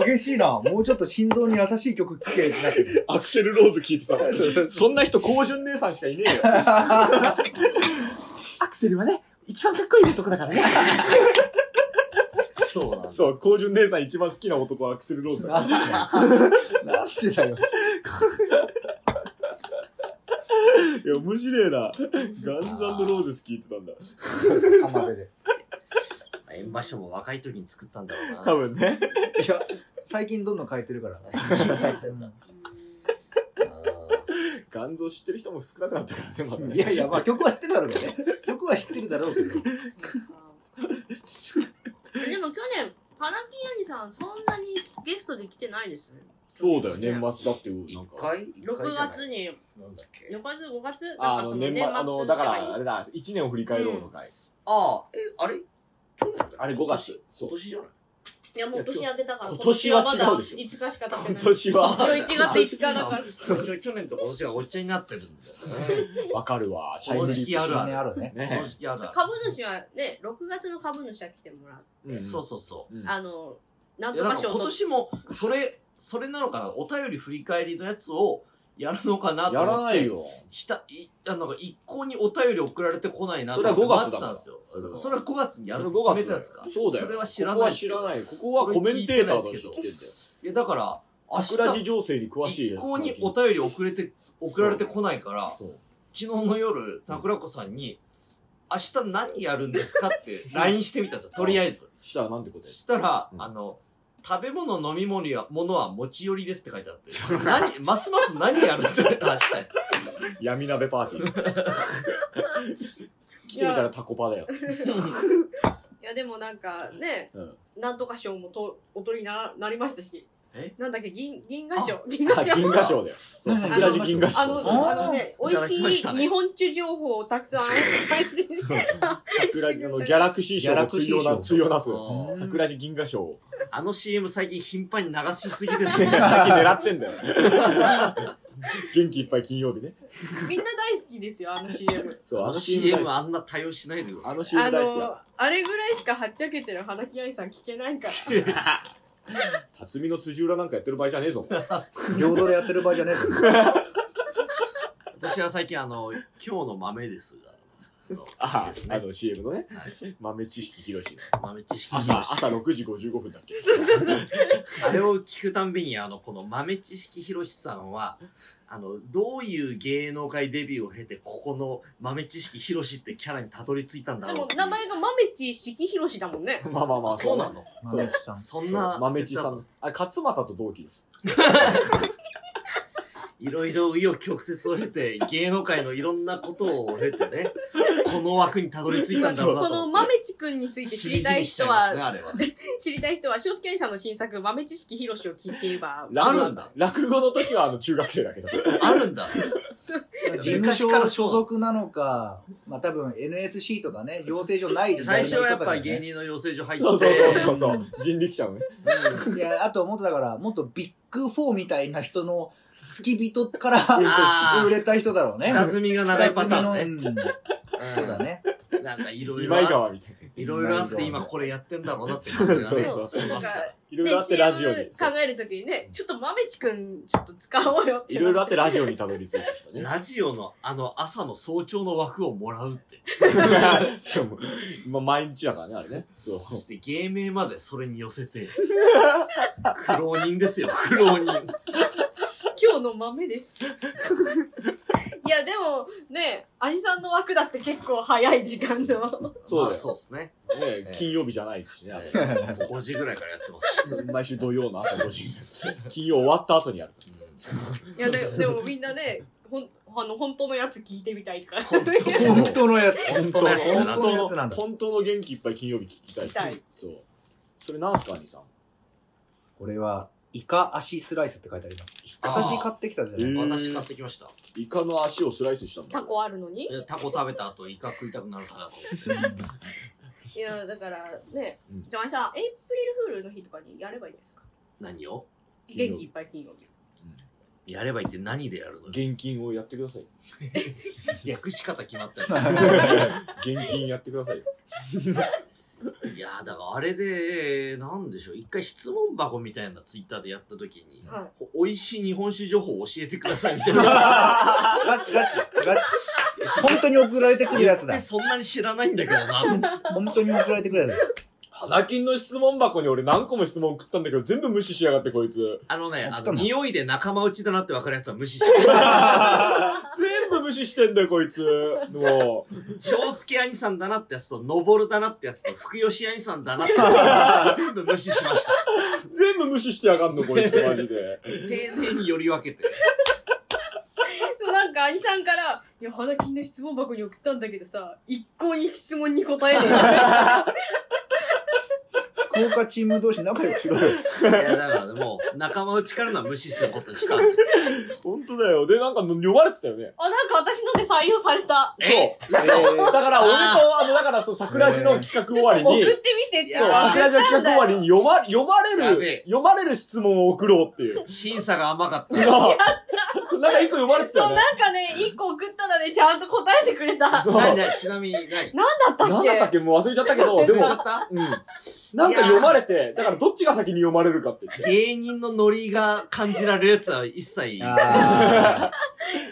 [SPEAKER 2] 激しいな。もうちょっと心臓に優しい曲聴けってなってる。
[SPEAKER 1] アクセルローズ聞いてたの
[SPEAKER 2] そうそう
[SPEAKER 1] そんな人、高純姉さんしかいね えよ。
[SPEAKER 7] アクセルはね、一番かっこいい男だからね。
[SPEAKER 3] そうなんだ。
[SPEAKER 1] そう、高純姉さん一番好きな男はアクセルローズだ。
[SPEAKER 2] なんでなんでだ よ。
[SPEAKER 1] いや、面白いな。ガンズローズ聞いてたんだ。
[SPEAKER 2] 浜辺で。
[SPEAKER 3] 円場所も若い時に作ったんだろうな。
[SPEAKER 1] 多分ね。
[SPEAKER 2] いや、最近どんどん変えてる から。
[SPEAKER 1] ガンズを知ってる人も少なくなったからね、まだね。
[SPEAKER 2] いやいや、まあ曲は知ってるだろうけどね。曲は知ってるだろうけど。
[SPEAKER 4] うんでも去年花金兄さんそんなにゲストで来てないですね
[SPEAKER 1] そうだよ、年末だって、なん
[SPEAKER 3] 一
[SPEAKER 1] か。
[SPEAKER 3] 回一回
[SPEAKER 4] 6
[SPEAKER 3] じゃない
[SPEAKER 4] 月に
[SPEAKER 3] なんだっけ
[SPEAKER 4] 6月5月
[SPEAKER 1] あ
[SPEAKER 4] な
[SPEAKER 1] あ
[SPEAKER 4] んか
[SPEAKER 1] の
[SPEAKER 4] その
[SPEAKER 1] 年
[SPEAKER 4] 年
[SPEAKER 1] 末
[SPEAKER 4] 末
[SPEAKER 1] あのだからあれだ1年を振り返ろうの回、
[SPEAKER 3] ああ、え、あれ
[SPEAKER 1] あれ5月。そう。
[SPEAKER 3] 今年じゃない
[SPEAKER 4] いや、もう年明けたから、
[SPEAKER 1] 今年は
[SPEAKER 4] まだ
[SPEAKER 1] 違うでしょ
[SPEAKER 4] 5日しか経って
[SPEAKER 1] 今
[SPEAKER 4] ない。
[SPEAKER 1] 年は、
[SPEAKER 4] 今日1月5日だから。
[SPEAKER 3] 去年と今年がごっちゃになってるんだよね。
[SPEAKER 1] わかるわ。
[SPEAKER 3] この時期あるあ
[SPEAKER 2] ね
[SPEAKER 3] る。
[SPEAKER 2] あるね。
[SPEAKER 3] こ
[SPEAKER 1] ね
[SPEAKER 3] の時期あるあ
[SPEAKER 4] 株主はね、6月の株主は来てもらう。
[SPEAKER 3] る。そう
[SPEAKER 1] う。
[SPEAKER 3] そうそう。
[SPEAKER 1] うん
[SPEAKER 4] あの、なん
[SPEAKER 3] いや
[SPEAKER 4] と
[SPEAKER 3] な
[SPEAKER 4] か
[SPEAKER 3] んか
[SPEAKER 4] 賞
[SPEAKER 3] 今
[SPEAKER 4] と。
[SPEAKER 3] 年もそれそれなのかなお便り振り返りのやつをやるのかなと思
[SPEAKER 1] や
[SPEAKER 3] って
[SPEAKER 1] らないよ。
[SPEAKER 3] したいあなんか一向にお便り送られてこないなと
[SPEAKER 1] それは
[SPEAKER 3] 待
[SPEAKER 1] 5月だ
[SPEAKER 3] って
[SPEAKER 1] か
[SPEAKER 3] たん
[SPEAKER 1] ら
[SPEAKER 3] ですよ
[SPEAKER 1] それは
[SPEAKER 3] それは5月にやる
[SPEAKER 1] そ
[SPEAKER 3] っ
[SPEAKER 1] れ
[SPEAKER 3] て
[SPEAKER 1] は5月
[SPEAKER 3] 決めたんですか
[SPEAKER 1] そうだよ。
[SPEAKER 3] それは知らないですけ
[SPEAKER 1] ここは知
[SPEAKER 3] ど
[SPEAKER 1] らない。ここはコメンテーターとして来てんだよ。
[SPEAKER 3] いやだから明日
[SPEAKER 1] 桜地情勢に詳しい
[SPEAKER 3] 一
[SPEAKER 1] やつ。
[SPEAKER 3] 向にお便り送れて送られてこないから
[SPEAKER 1] そう
[SPEAKER 3] 昨日の夜桜子さんに「明日何やるんですか?」って LINE してみたんですよとりあえず
[SPEAKER 1] したらなんてことや
[SPEAKER 3] したら、
[SPEAKER 1] うん
[SPEAKER 3] あの食べ物飲み物やものは持ち寄りですって書いてあって何ますます何やるって明日
[SPEAKER 1] 闇鍋パーティー。来てみたらタコパだよ。
[SPEAKER 4] いや、でもなんかね、
[SPEAKER 1] うん
[SPEAKER 4] なんとか賞もとお取りにななりましたし
[SPEAKER 3] え。
[SPEAKER 4] なんだっけ、銀、銀河賞。銀河賞。
[SPEAKER 1] あ銀河賞だよ。そう、桜地銀河賞。
[SPEAKER 4] あの、
[SPEAKER 2] そう
[SPEAKER 4] あのね、
[SPEAKER 3] い
[SPEAKER 4] 美
[SPEAKER 3] ただ
[SPEAKER 4] 味し
[SPEAKER 3] きま
[SPEAKER 4] い
[SPEAKER 3] したね
[SPEAKER 4] 日本酒情報をたくさん、配信
[SPEAKER 1] 桜地のギャラクシー賞を通用な、通用なす。
[SPEAKER 2] うん
[SPEAKER 1] 桜地銀河賞を。
[SPEAKER 3] あの CM 最近頻繁に流しすぎで
[SPEAKER 1] さ
[SPEAKER 3] す
[SPEAKER 1] っき
[SPEAKER 3] ね。
[SPEAKER 1] 狙ってんだよ。元気いっぱい金曜日ね。
[SPEAKER 4] みんな大好きですよ、あの CM。
[SPEAKER 1] そう、
[SPEAKER 3] あ
[SPEAKER 1] あの
[SPEAKER 3] の
[SPEAKER 1] CM 大
[SPEAKER 3] CM
[SPEAKER 1] 好
[SPEAKER 3] あんな対応しないでくだ
[SPEAKER 1] き。あ
[SPEAKER 3] さい。
[SPEAKER 1] の
[SPEAKER 4] あ
[SPEAKER 1] CM 大好きだ。
[SPEAKER 4] の、あれぐらいしかはっちゃけてる花木愛さん聞けないから。
[SPEAKER 1] 辰巳の辻裏なんかやってる場合じゃねえぞ。
[SPEAKER 2] 両ドレやってる場合じゃねえぞ。
[SPEAKER 3] 私は最近あの、今日の豆ですが。
[SPEAKER 1] あ
[SPEAKER 3] です
[SPEAKER 1] あ
[SPEAKER 3] ね。
[SPEAKER 1] の CM のね
[SPEAKER 3] はい。
[SPEAKER 1] 豆知識広し。
[SPEAKER 3] 豆知識広
[SPEAKER 1] 朝、
[SPEAKER 3] し。
[SPEAKER 1] 朝6時55分だっけ。
[SPEAKER 3] あれを聞くたんびに、あの、この豆知識広しさんは、あの、どういう芸能界デビューを経て、ここの豆知識広しってキャラにたどり着いたんだ
[SPEAKER 4] で
[SPEAKER 3] ろう
[SPEAKER 4] も
[SPEAKER 3] っていう。
[SPEAKER 4] 名前が豆地式広しだもんね。
[SPEAKER 1] まあまあまあ、
[SPEAKER 3] そうな
[SPEAKER 1] の。
[SPEAKER 3] の
[SPEAKER 1] そう
[SPEAKER 2] 豆地さん。
[SPEAKER 3] そんな、
[SPEAKER 1] 豆知さん。あ、勝俣と同期です。
[SPEAKER 3] いろいろ紆余曲折を経て、芸能界のいろんなことを経てね、この枠にたどり着いたんだろうなと。
[SPEAKER 4] この豆地くんについて知りたい人
[SPEAKER 3] ね、
[SPEAKER 4] は、
[SPEAKER 3] あれは。
[SPEAKER 4] 知りたい人は、塩介愛さんの新作、豆知識広しを聞けば、
[SPEAKER 3] あるんだ。
[SPEAKER 1] 落語の時はあの中学生だけど。
[SPEAKER 3] あるんだ。
[SPEAKER 2] 事務所所属なのか、まあ多分 NSC とかね、養成所ない時代の
[SPEAKER 3] 最初
[SPEAKER 2] 人
[SPEAKER 3] はやっ
[SPEAKER 2] とか
[SPEAKER 3] ぱ
[SPEAKER 2] ね
[SPEAKER 3] 芸人の養成所入って、
[SPEAKER 1] そうそうそうそう。人力車のね。
[SPEAKER 2] いや、あともっとだから、もっとビッグフォーみたいな人の付き人から
[SPEAKER 3] あ
[SPEAKER 2] 売れた人だろうね。
[SPEAKER 3] 下積みが長いパターンね。
[SPEAKER 2] 下積みのうん
[SPEAKER 3] うん
[SPEAKER 2] そうだね。
[SPEAKER 3] なんかいろい
[SPEAKER 1] 今井
[SPEAKER 3] ろ、
[SPEAKER 1] 川みたいな。
[SPEAKER 3] いろいろあって今これやってんだろうなって感じがね。
[SPEAKER 4] そう
[SPEAKER 3] し
[SPEAKER 4] な
[SPEAKER 3] ま
[SPEAKER 4] ん
[SPEAKER 3] す
[SPEAKER 4] か
[SPEAKER 3] から、
[SPEAKER 1] い
[SPEAKER 4] で
[SPEAKER 1] ろいろあってラジオに。そ
[SPEAKER 4] CM
[SPEAKER 1] う
[SPEAKER 4] 考えるときにね、ちょっと豆地くん、ちょっと使おうよって。
[SPEAKER 1] いろいろあってラジオにたどり着いた人 ね。
[SPEAKER 3] ラジオのあの朝の早朝の枠をもらうって。
[SPEAKER 1] しかも、まあ毎日だからね、あれね。そう。
[SPEAKER 3] そして芸名までそれに寄せて。苦労人ですよ、苦労人。
[SPEAKER 4] 今日の豆で す。いや、でも、ね、兄さんの枠だって結構早い時間の。
[SPEAKER 1] そうだよ
[SPEAKER 3] まあそうですね。
[SPEAKER 1] ね
[SPEAKER 3] え
[SPEAKER 1] 金曜日じゃないしね、あれ
[SPEAKER 3] 5時ぐらいからやってます。
[SPEAKER 1] 毎週土曜の朝5時。金曜終わった後にやる。
[SPEAKER 4] いや、ででもみんなね、ほん、あの、本当のやつ聞いてみたいから。
[SPEAKER 3] 本当
[SPEAKER 4] 聞
[SPEAKER 2] 本当のやつ。
[SPEAKER 1] 本
[SPEAKER 3] 当のやつ
[SPEAKER 1] 本
[SPEAKER 3] だな
[SPEAKER 1] 当
[SPEAKER 2] 本当のやつなん
[SPEAKER 1] の、
[SPEAKER 2] だ
[SPEAKER 1] 本当の元気いっぱい金曜日聞きたい。
[SPEAKER 4] きたい
[SPEAKER 1] そう。それなんすか、兄さん。
[SPEAKER 2] これは、イカ足スライスって書いてあります。私買ってきたじゃない。
[SPEAKER 1] え
[SPEAKER 3] 私買ってきました。
[SPEAKER 1] イカの足をスライスしたんだ。
[SPEAKER 4] タコあるのに
[SPEAKER 3] えタコ食べた後イカ食いたくなるかなと思って。
[SPEAKER 4] いや、だからね
[SPEAKER 1] うん、
[SPEAKER 4] じゃあさ、エイプリルフールの日とかにやればいいじゃないですか。
[SPEAKER 3] 何を
[SPEAKER 1] 金曜
[SPEAKER 4] 元気いっぱい金曜日。
[SPEAKER 3] やればいいって何でやるの
[SPEAKER 1] 現金をやってください。
[SPEAKER 3] 略し方決まったよ。
[SPEAKER 1] 現金やってください。
[SPEAKER 3] いやーだからあれで、なんでしょう、一回質問箱みたいなツイッターでやった時に、
[SPEAKER 4] は
[SPEAKER 3] お美味しい日本酒情報を教えてくださいみた いな。
[SPEAKER 2] ガチガチ。ガチ。本当に送られてくるやつ
[SPEAKER 3] で、
[SPEAKER 2] だ。
[SPEAKER 3] そんなに知らないんだけ どな。
[SPEAKER 2] 本当に送られてくるやつだ。
[SPEAKER 1] 花金の質問箱に俺何個も質問送ったんだけど、全部無視しやがって、こいつ。
[SPEAKER 3] あのね、あ
[SPEAKER 2] 本当
[SPEAKER 3] の、
[SPEAKER 2] な
[SPEAKER 3] 匂いで仲間内だなって分かるやつは 無視して。
[SPEAKER 1] 全部無視してんだよ、こいつ。もう。
[SPEAKER 3] 翔介兄さんだなってやつと、のぼるだなってやつと、福吉兄さんだなってや つ全部無視しました。
[SPEAKER 1] 全部無視してやがんの、こいつ、マジで。
[SPEAKER 3] 丁寧により分けて。
[SPEAKER 4] そう、なんか兄さんから、いや、花金の質問箱に送ったんだけどさ、一向に質問に答えねえ。
[SPEAKER 2] 不効果チーム同士仲良くしろよ。
[SPEAKER 3] いや、だからもう、仲間内からのは無視することに した。
[SPEAKER 1] 本当だよ。で、なんか読まれてたよね。
[SPEAKER 4] あ、なんか私ので採用された。
[SPEAKER 1] そう。そうだから、俺と、あの、だから、そう、桜地の企画
[SPEAKER 4] ち
[SPEAKER 1] 終
[SPEAKER 4] ょっ
[SPEAKER 1] わ
[SPEAKER 4] と
[SPEAKER 1] り
[SPEAKER 4] 送っ
[SPEAKER 1] に、そ
[SPEAKER 4] て
[SPEAKER 1] う、
[SPEAKER 4] みてって言わ
[SPEAKER 1] 桜地の企画終わりに読ま、読ま
[SPEAKER 3] や
[SPEAKER 1] れ
[SPEAKER 3] べ
[SPEAKER 1] る
[SPEAKER 3] え、
[SPEAKER 1] 読まれる質問を送ろうっていう。
[SPEAKER 3] 審査が甘かっ
[SPEAKER 1] な
[SPEAKER 3] た。
[SPEAKER 1] あそう なんか一個読まれてた
[SPEAKER 4] そう、
[SPEAKER 1] よね。
[SPEAKER 4] なんかね、一個送ったらね、ちゃんと答えてくれた。なんだっ
[SPEAKER 1] そう。
[SPEAKER 3] な
[SPEAKER 1] 何
[SPEAKER 3] い
[SPEAKER 1] だ
[SPEAKER 3] ない、ちなみにない。
[SPEAKER 4] たっけ
[SPEAKER 1] ったっけもう忘れちゃったけど、で
[SPEAKER 3] 忘れ
[SPEAKER 1] も
[SPEAKER 3] ちゃ、った
[SPEAKER 1] うん。なんか読まれて、だからどっちが先に読まれるかって言って。
[SPEAKER 3] 芸人のノリが感じられるやつは一切
[SPEAKER 2] あ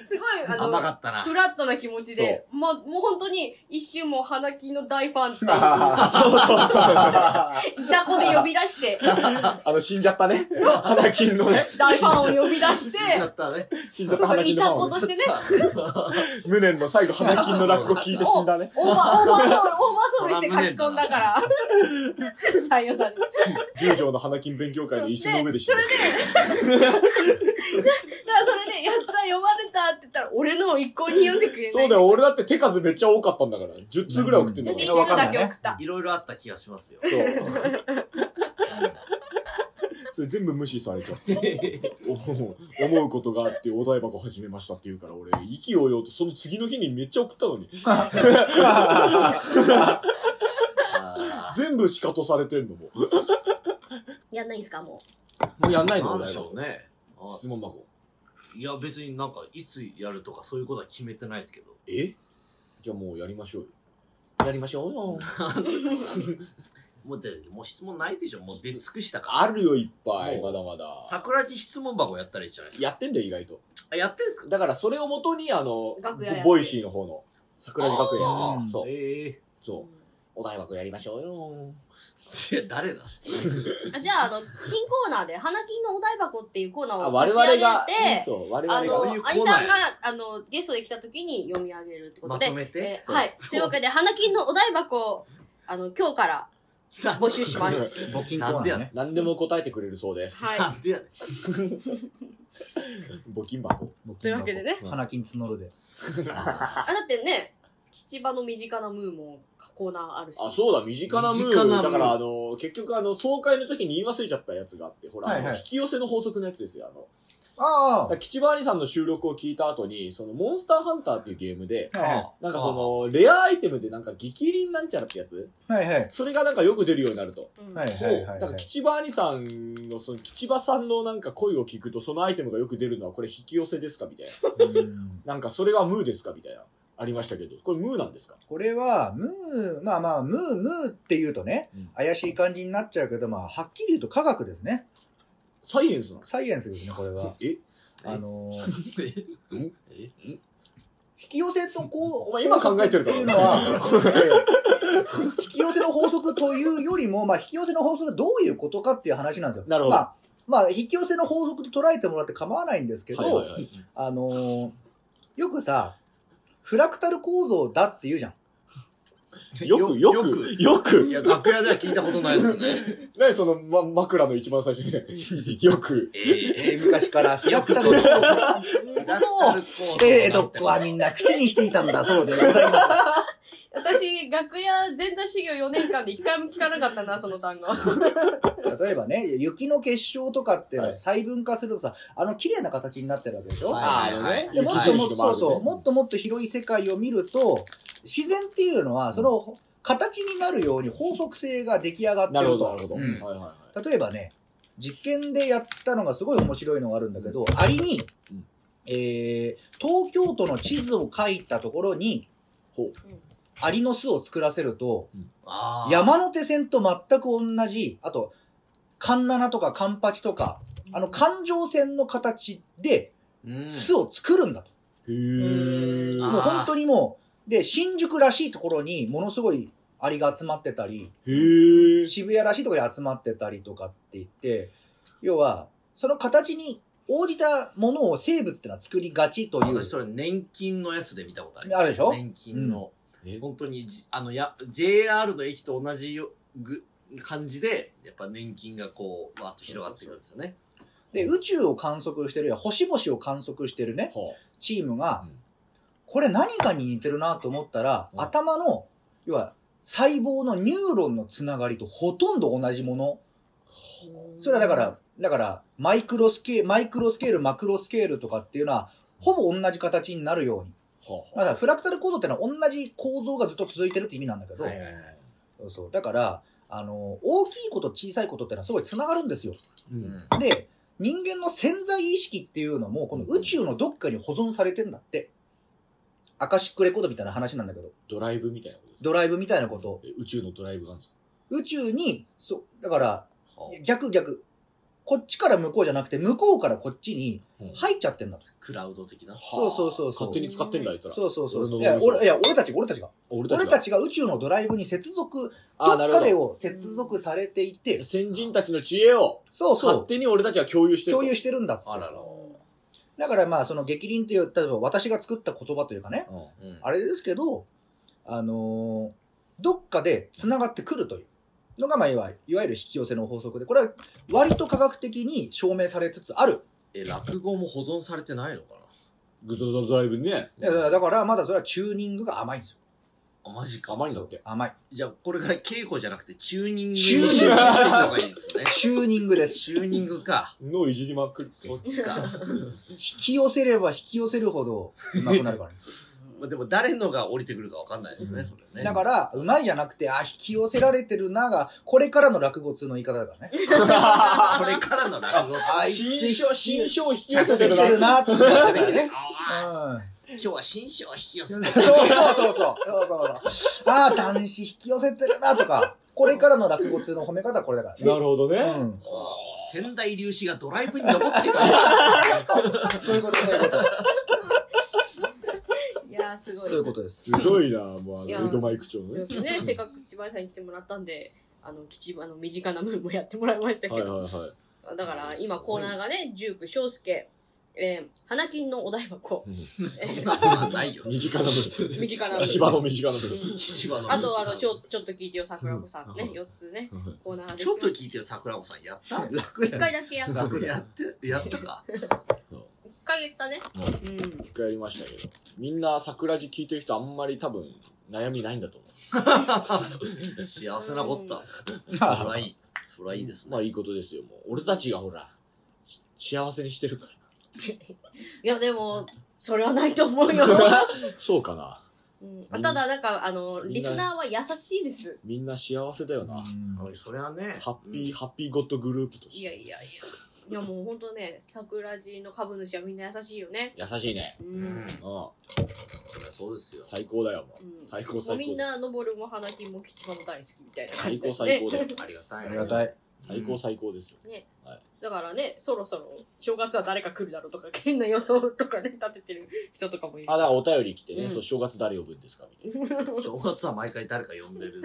[SPEAKER 4] すごい、あ
[SPEAKER 3] 甘か
[SPEAKER 4] の、
[SPEAKER 3] ったな
[SPEAKER 4] フ。ラットな気持ちで、まあ、もう本当に、一瞬もう花金の大ファンっていう、
[SPEAKER 2] あ。
[SPEAKER 1] そうそうそう。
[SPEAKER 4] いた子で呼び出して、
[SPEAKER 1] あの、死んじゃったね。花金のね。
[SPEAKER 4] 大ファンを呼び出して、
[SPEAKER 3] だったね。
[SPEAKER 1] 死んじ
[SPEAKER 4] そ
[SPEAKER 1] ゃった
[SPEAKER 4] うそう、
[SPEAKER 1] 花
[SPEAKER 4] い
[SPEAKER 1] 金の
[SPEAKER 4] た
[SPEAKER 1] ファンをね
[SPEAKER 4] 子としてね、
[SPEAKER 1] 無念の最後、花金の落語聞いて死んだね。
[SPEAKER 4] オーバー、オーバーソウル、オーバーソウルして書き込んだから、採用された。
[SPEAKER 1] 十条の花金勉強会の椅子の上で死んだ。
[SPEAKER 4] だからそれで、やった、読まれたって言ったら、俺のを一向に読んでくれない。
[SPEAKER 1] そうだよ、俺だって手数めっちゃ多かったんだから。10通ぐらい送ってんだ
[SPEAKER 4] 私、
[SPEAKER 1] か
[SPEAKER 4] 一
[SPEAKER 1] ら。
[SPEAKER 4] 通だけ送った。
[SPEAKER 3] いろいろあった気がしますよ。
[SPEAKER 1] そう。それ全部無視されちゃって。お思うことがあって、お台箱始めましたって言うから、俺、意気揚々と、その次の日にめっちゃ送ったのに。
[SPEAKER 3] あ
[SPEAKER 1] 全部仕方されてんのもう。
[SPEAKER 4] やんないんすか、も
[SPEAKER 1] もうやんな
[SPEAKER 3] ー
[SPEAKER 1] いのお
[SPEAKER 3] なんで
[SPEAKER 1] 台
[SPEAKER 3] しょ
[SPEAKER 1] 箱
[SPEAKER 3] う。ね。あ
[SPEAKER 1] 質問箱。
[SPEAKER 3] いや、別になんか、いつやるとかそういうことは決めてないですけど。
[SPEAKER 1] えじゃあもうやりましょうよ。やりましょうよ。
[SPEAKER 3] もうだってもう質問ないでしょもう出尽くしたから。
[SPEAKER 1] あるよ、いっぱい。
[SPEAKER 3] も
[SPEAKER 1] ま
[SPEAKER 3] う
[SPEAKER 1] だまだ。
[SPEAKER 3] 桜地質問箱やったらいいじゃないですか。
[SPEAKER 1] やってんだよ、意外と。
[SPEAKER 3] あやってんすか
[SPEAKER 1] だから、それをもとに、あの
[SPEAKER 4] 楽屋やって、る
[SPEAKER 1] ボイシーの方の、桜木学園やって
[SPEAKER 2] あー
[SPEAKER 1] るそう、
[SPEAKER 3] ええ
[SPEAKER 1] そう。お台箱やりましょうよ。
[SPEAKER 3] いや誰だ
[SPEAKER 4] う。あじゃあ、あの、新コーナーで、花金のお台箱っていうコーナ
[SPEAKER 1] あ、
[SPEAKER 4] ー
[SPEAKER 1] 我
[SPEAKER 4] を立ち
[SPEAKER 1] 々
[SPEAKER 4] 上げ
[SPEAKER 1] が、
[SPEAKER 4] て、
[SPEAKER 1] そう、我
[SPEAKER 4] あ
[SPEAKER 1] 々
[SPEAKER 4] の
[SPEAKER 1] が
[SPEAKER 3] どういう、コーナ
[SPEAKER 4] ア
[SPEAKER 3] ーや
[SPEAKER 4] ニさんが、あの、ゲストで来た時に読み上げるってこと
[SPEAKER 3] ま
[SPEAKER 4] で
[SPEAKER 3] と、めて
[SPEAKER 4] え。ーはい。というわけで、花金のお台箱、あの、今日から募集します。
[SPEAKER 2] 募金コーナーね。
[SPEAKER 1] 何でも答えてくれるそうです。
[SPEAKER 3] な
[SPEAKER 4] は
[SPEAKER 3] んでやねん。
[SPEAKER 1] 募金箱。
[SPEAKER 2] と
[SPEAKER 4] いうわけでね
[SPEAKER 2] 花金募る で。
[SPEAKER 4] い。あ、だってね、吉場の身近なムーもコーナーあるし。
[SPEAKER 1] あ、そうだ、身近なム
[SPEAKER 3] 身近なム
[SPEAKER 1] ー。
[SPEAKER 3] ー
[SPEAKER 1] だから、あの、結局、あの、総会の時に言い忘れちゃったやつがあって、ほら、あ
[SPEAKER 2] はい
[SPEAKER 1] の
[SPEAKER 2] はい
[SPEAKER 1] 引き寄せの法則のやつですよ。あの、だ
[SPEAKER 2] あ
[SPEAKER 1] から吉場兄さんの収録を聞いた後に、その、モンスターハンターっていうゲームで、
[SPEAKER 2] あ。は
[SPEAKER 1] なんかその、レアアイテムでなんか、激輪なんちゃらってやつ
[SPEAKER 2] いはいはい
[SPEAKER 1] それがなんかよく出るようになると。
[SPEAKER 4] うん
[SPEAKER 2] はいは
[SPEAKER 1] ほう
[SPEAKER 2] い
[SPEAKER 1] だ
[SPEAKER 2] はい
[SPEAKER 1] か
[SPEAKER 2] は
[SPEAKER 1] ら
[SPEAKER 2] い。
[SPEAKER 1] 吉場兄さんのその吉場さんのなんか声を聞くとそのアイテムがよく出るのはこれ引き寄せですかみたいな
[SPEAKER 2] うん
[SPEAKER 1] なんかそれはムーですかみたいなありましたけどこれムーなんですか
[SPEAKER 2] これは、ムー、まあまあ、ムー、ムーって言うとね
[SPEAKER 1] うん、
[SPEAKER 2] 怪しい感じになっちゃうけど、まあ、はっきり言うと科学ですね。
[SPEAKER 1] サイエンスなんです
[SPEAKER 2] サイエンスですね、これ は
[SPEAKER 1] か。え
[SPEAKER 2] あのー、
[SPEAKER 3] え
[SPEAKER 2] 引き寄せとこう、
[SPEAKER 1] お前今考えてるだろ
[SPEAKER 2] っていうのは、引き寄せの法則というよりも、まあ、引き寄せの法則がどういうことかっていう話なんですよ。
[SPEAKER 1] なるほど
[SPEAKER 2] まあ、まあ、引き寄せの法則と捉えてもらって構わないんですけど、
[SPEAKER 1] はいはいはい
[SPEAKER 2] あのーよくさ、フラクタル構造だって言うじゃん。
[SPEAKER 1] よくよくよ
[SPEAKER 3] い
[SPEAKER 1] く
[SPEAKER 3] や、楽屋では聞いたことないですね。
[SPEAKER 1] 何その、ま、枕の一番最初に ねよく
[SPEAKER 3] ええ
[SPEAKER 2] えー昔から フラクタル構造だっていうことを、えー、江戸っ子はみんな口にしていたんだそうでございます。
[SPEAKER 4] 私、楽屋前座修行4年間で一回も聞かなかったな、その単語。
[SPEAKER 2] 例えばね、雪の結晶とかっていうのは
[SPEAKER 1] はい
[SPEAKER 2] 細分化するとさ、あの綺麗な形になってるわけでしょ、
[SPEAKER 3] はい
[SPEAKER 1] ああのね
[SPEAKER 2] でもっともっと、そうそう、も
[SPEAKER 1] も
[SPEAKER 2] っともっと広い世界を見ると、自然っていうのは、その形になるように法則性が出来上がって
[SPEAKER 1] なるほ
[SPEAKER 2] る
[SPEAKER 1] どなる
[SPEAKER 2] と。
[SPEAKER 1] ほど、
[SPEAKER 2] うん
[SPEAKER 1] はいはいは
[SPEAKER 2] 例えばね、実験でやったのがすごい面白いのがあるんだけど、アリに
[SPEAKER 1] うん、
[SPEAKER 2] えー、東京都の地図を書いたところに
[SPEAKER 1] ほう、
[SPEAKER 2] アリの巣を作らせると、
[SPEAKER 3] あー
[SPEAKER 2] 山手線と全く同じ、あと、環七とか環八とか、あの環状線の形で
[SPEAKER 3] うん
[SPEAKER 2] 巣を作るんだと。
[SPEAKER 1] いへえ
[SPEAKER 3] あ
[SPEAKER 2] もう本当にもう、で、新宿らしいところにものすごいアリが集まってたり、
[SPEAKER 1] へえ
[SPEAKER 2] 渋谷らしいところに集まってたりとかって言って、要は、その形に応じたものを生物ってのは作りがちという
[SPEAKER 3] 私。それ年金のやつで見たことある。
[SPEAKER 2] あるでしょ
[SPEAKER 3] 年金
[SPEAKER 1] う
[SPEAKER 3] の。
[SPEAKER 1] ん
[SPEAKER 3] 本当にじ、あの、や、JR の駅と同じよぐ感じで、やっぱ年金がこう、わーっと広がっていくんですよね。
[SPEAKER 2] で、宇宙を観測してるや、星々を観測してるね、
[SPEAKER 1] は
[SPEAKER 2] チームが
[SPEAKER 1] うん、
[SPEAKER 2] これ何かに似てるなと思ったら、
[SPEAKER 1] うん
[SPEAKER 2] 頭の、要は、細胞のニューロンのつながりとほとんど同じもの。それはだから、だから、マイクロスケール、マイクロスケール、マクロスケールとかっていうのは、ほぼ同じ形になるように。
[SPEAKER 1] はあ
[SPEAKER 2] まあだからフラクタル構造ってのは同じ構造がずっと続いてるって意味なんだけど、
[SPEAKER 3] はいはいはい。
[SPEAKER 2] そうそう。だから、あの、大きいこと小さいことってのはすごい繋がるんですよ。
[SPEAKER 3] うん。
[SPEAKER 2] で、人間の潜在意識っていうのも、この宇宙のどっかに保存されてんだって。アカシックレコードみたいな話なんだけど、
[SPEAKER 1] ドライブみたいなことですか
[SPEAKER 2] ドライブみたいなこと。
[SPEAKER 1] え宇宙のドライブなんですか
[SPEAKER 2] 宇宙に、そう、だから、
[SPEAKER 3] はあ
[SPEAKER 2] 逆逆。こっちから向こうじゃなくて、向こうからこっちに
[SPEAKER 1] うん
[SPEAKER 2] 入っちゃってんだと。
[SPEAKER 3] クラウド的な。
[SPEAKER 2] そうそうそうそう
[SPEAKER 1] 勝手に使ってんだあいつら
[SPEAKER 2] そうそうそう。
[SPEAKER 1] 俺の
[SPEAKER 2] いや、
[SPEAKER 1] 脳みそ
[SPEAKER 2] 俺、いや、俺たち、俺たちが。
[SPEAKER 1] 俺
[SPEAKER 2] 俺た
[SPEAKER 1] ち
[SPEAKER 2] ちが宇宙のドライブに接続、
[SPEAKER 1] あー
[SPEAKER 2] どっか
[SPEAKER 1] な
[SPEAKER 2] で
[SPEAKER 1] るほ
[SPEAKER 2] を接続されていて
[SPEAKER 1] ど、先人たちの知恵を
[SPEAKER 2] そうそ
[SPEAKER 1] 勝
[SPEAKER 2] う、
[SPEAKER 1] 手に俺たちは共有してると
[SPEAKER 2] 共有してるんだっつって
[SPEAKER 1] あらら
[SPEAKER 2] だからまあ、その逆鱗という、例えば私が作った言葉というかね、
[SPEAKER 1] うん
[SPEAKER 3] うん
[SPEAKER 2] あれですけど、あのーどっかで繋がってくるというのが、まあ、いわいわゆる引き寄せの法則で、これは割と科学的に証明されつつある。
[SPEAKER 3] え、落語も保存されてないのか
[SPEAKER 1] グッドドライブにね
[SPEAKER 2] いやだからだから、まだそれはチューニングが甘いんですよ。
[SPEAKER 3] なあ、マジか。
[SPEAKER 1] 甘いんだって
[SPEAKER 2] 甘い。
[SPEAKER 3] じゃあ、これから稽古じゃなくて、チューニング
[SPEAKER 2] チューニング。
[SPEAKER 3] にした方がいいですね
[SPEAKER 2] チューニングです。
[SPEAKER 3] チューニングか。
[SPEAKER 1] 脳いじりまくるって
[SPEAKER 3] そっち か。
[SPEAKER 2] 引き寄せれば引き寄せるほどうまくなるからね、
[SPEAKER 3] まあでも、誰のが降りてくるかわかんないですね、それね。
[SPEAKER 2] だから、うまいじゃなくて、あ、引き寄せられてるなが、これからの落語通の言い方だからね。
[SPEAKER 3] これからの落語。
[SPEAKER 2] あいつ
[SPEAKER 1] 新章新章引き
[SPEAKER 2] 引き
[SPEAKER 1] 寄
[SPEAKER 2] 寄
[SPEAKER 1] せて
[SPEAKER 2] せて
[SPEAKER 1] るな
[SPEAKER 2] るなって言ったからね。
[SPEAKER 3] ああ、
[SPEAKER 2] うん
[SPEAKER 3] 今日は新章を引き寄せ
[SPEAKER 2] そう
[SPEAKER 3] て。
[SPEAKER 2] そうそうそう。そうそうそう。ああ、男子引き寄せてるなとか、これからの落語通の褒め方はこれだからね。
[SPEAKER 1] なるほどね、
[SPEAKER 2] うん。
[SPEAKER 3] 仙台粒子がドライブに登ってた。
[SPEAKER 2] そう、そういうこと、そういうこと。
[SPEAKER 4] いやーすごい
[SPEAKER 2] そういうことです
[SPEAKER 1] す。ごいなもうあ
[SPEAKER 4] いや
[SPEAKER 1] の江戸前区長のね
[SPEAKER 4] ね、せっかく千葉さんに来てもらったんで、あの、吉あの、身近な分もやってもらいましたけ
[SPEAKER 1] はい
[SPEAKER 4] ど。
[SPEAKER 1] はいはい
[SPEAKER 4] だから、今コーナーがね、ジューク、翔介、えー、花金のお台 箱、
[SPEAKER 3] そんなことはないよ。
[SPEAKER 1] 身近な部
[SPEAKER 4] 身近な
[SPEAKER 1] 分
[SPEAKER 4] 分
[SPEAKER 1] 千葉の身近な部
[SPEAKER 3] 一番
[SPEAKER 4] あと、あの、ちょ、ちょっと聞いてよ、桜子さんね、4つね、
[SPEAKER 1] 分
[SPEAKER 4] コーナーがで
[SPEAKER 3] ちょっと
[SPEAKER 4] き
[SPEAKER 3] 聞いてよ、桜子さん。やった
[SPEAKER 2] 楽
[SPEAKER 4] 1
[SPEAKER 2] だ
[SPEAKER 4] 回
[SPEAKER 2] よ。
[SPEAKER 4] だけやった。1
[SPEAKER 2] 楽だ
[SPEAKER 3] や
[SPEAKER 2] よ。
[SPEAKER 3] って、やったか。
[SPEAKER 4] 回やったね。
[SPEAKER 1] 一回やりましたけどみんな桜地聞いてる人あんまり多分悩みないんだと思
[SPEAKER 3] 幸せなこった。
[SPEAKER 2] ま
[SPEAKER 3] そ
[SPEAKER 2] あ
[SPEAKER 3] らいい。そらいいです
[SPEAKER 1] う
[SPEAKER 3] ね。
[SPEAKER 1] まあいいことですよもう俺たちがほらし幸せにしてるか
[SPEAKER 4] いや、でも、それはないと思うよ。
[SPEAKER 1] ら そうかな
[SPEAKER 4] うんあただ、なんか、あの、
[SPEAKER 1] み
[SPEAKER 4] リ
[SPEAKER 1] んな
[SPEAKER 4] スナーは優しいです。
[SPEAKER 1] みんな幸せだよな、
[SPEAKER 3] おいそれはね。
[SPEAKER 1] ハッピー、ハッピーゴッドグループとして
[SPEAKER 4] いやいやいや。いや、もう本当ね、桜地の株主はみんな優しいよね。
[SPEAKER 1] 優しいね
[SPEAKER 4] う
[SPEAKER 3] う
[SPEAKER 1] う
[SPEAKER 3] んん。
[SPEAKER 1] ん
[SPEAKER 3] そりゃそうですよ。
[SPEAKER 1] 最高だよもう、
[SPEAKER 4] うん
[SPEAKER 1] 最高
[SPEAKER 4] もう
[SPEAKER 1] 最
[SPEAKER 4] み
[SPEAKER 1] 高
[SPEAKER 4] んな、のぼるも花金も吉場も大好きみたいな感
[SPEAKER 1] 最
[SPEAKER 4] じで
[SPEAKER 1] 高
[SPEAKER 4] す
[SPEAKER 1] 最
[SPEAKER 4] ね
[SPEAKER 1] 高。 だよ
[SPEAKER 3] ありがたい。
[SPEAKER 2] ありがた
[SPEAKER 3] い。
[SPEAKER 2] い。
[SPEAKER 1] 最高最高ですよ、
[SPEAKER 4] だからね、そろそろ正月は誰か来るだろうとか、変な予想とかね、立ててる人とかもいる。
[SPEAKER 1] あだからお便り来てね、
[SPEAKER 4] うん
[SPEAKER 1] そう正月誰呼ぶんですか みたい
[SPEAKER 3] 正月は毎回誰か呼んでる。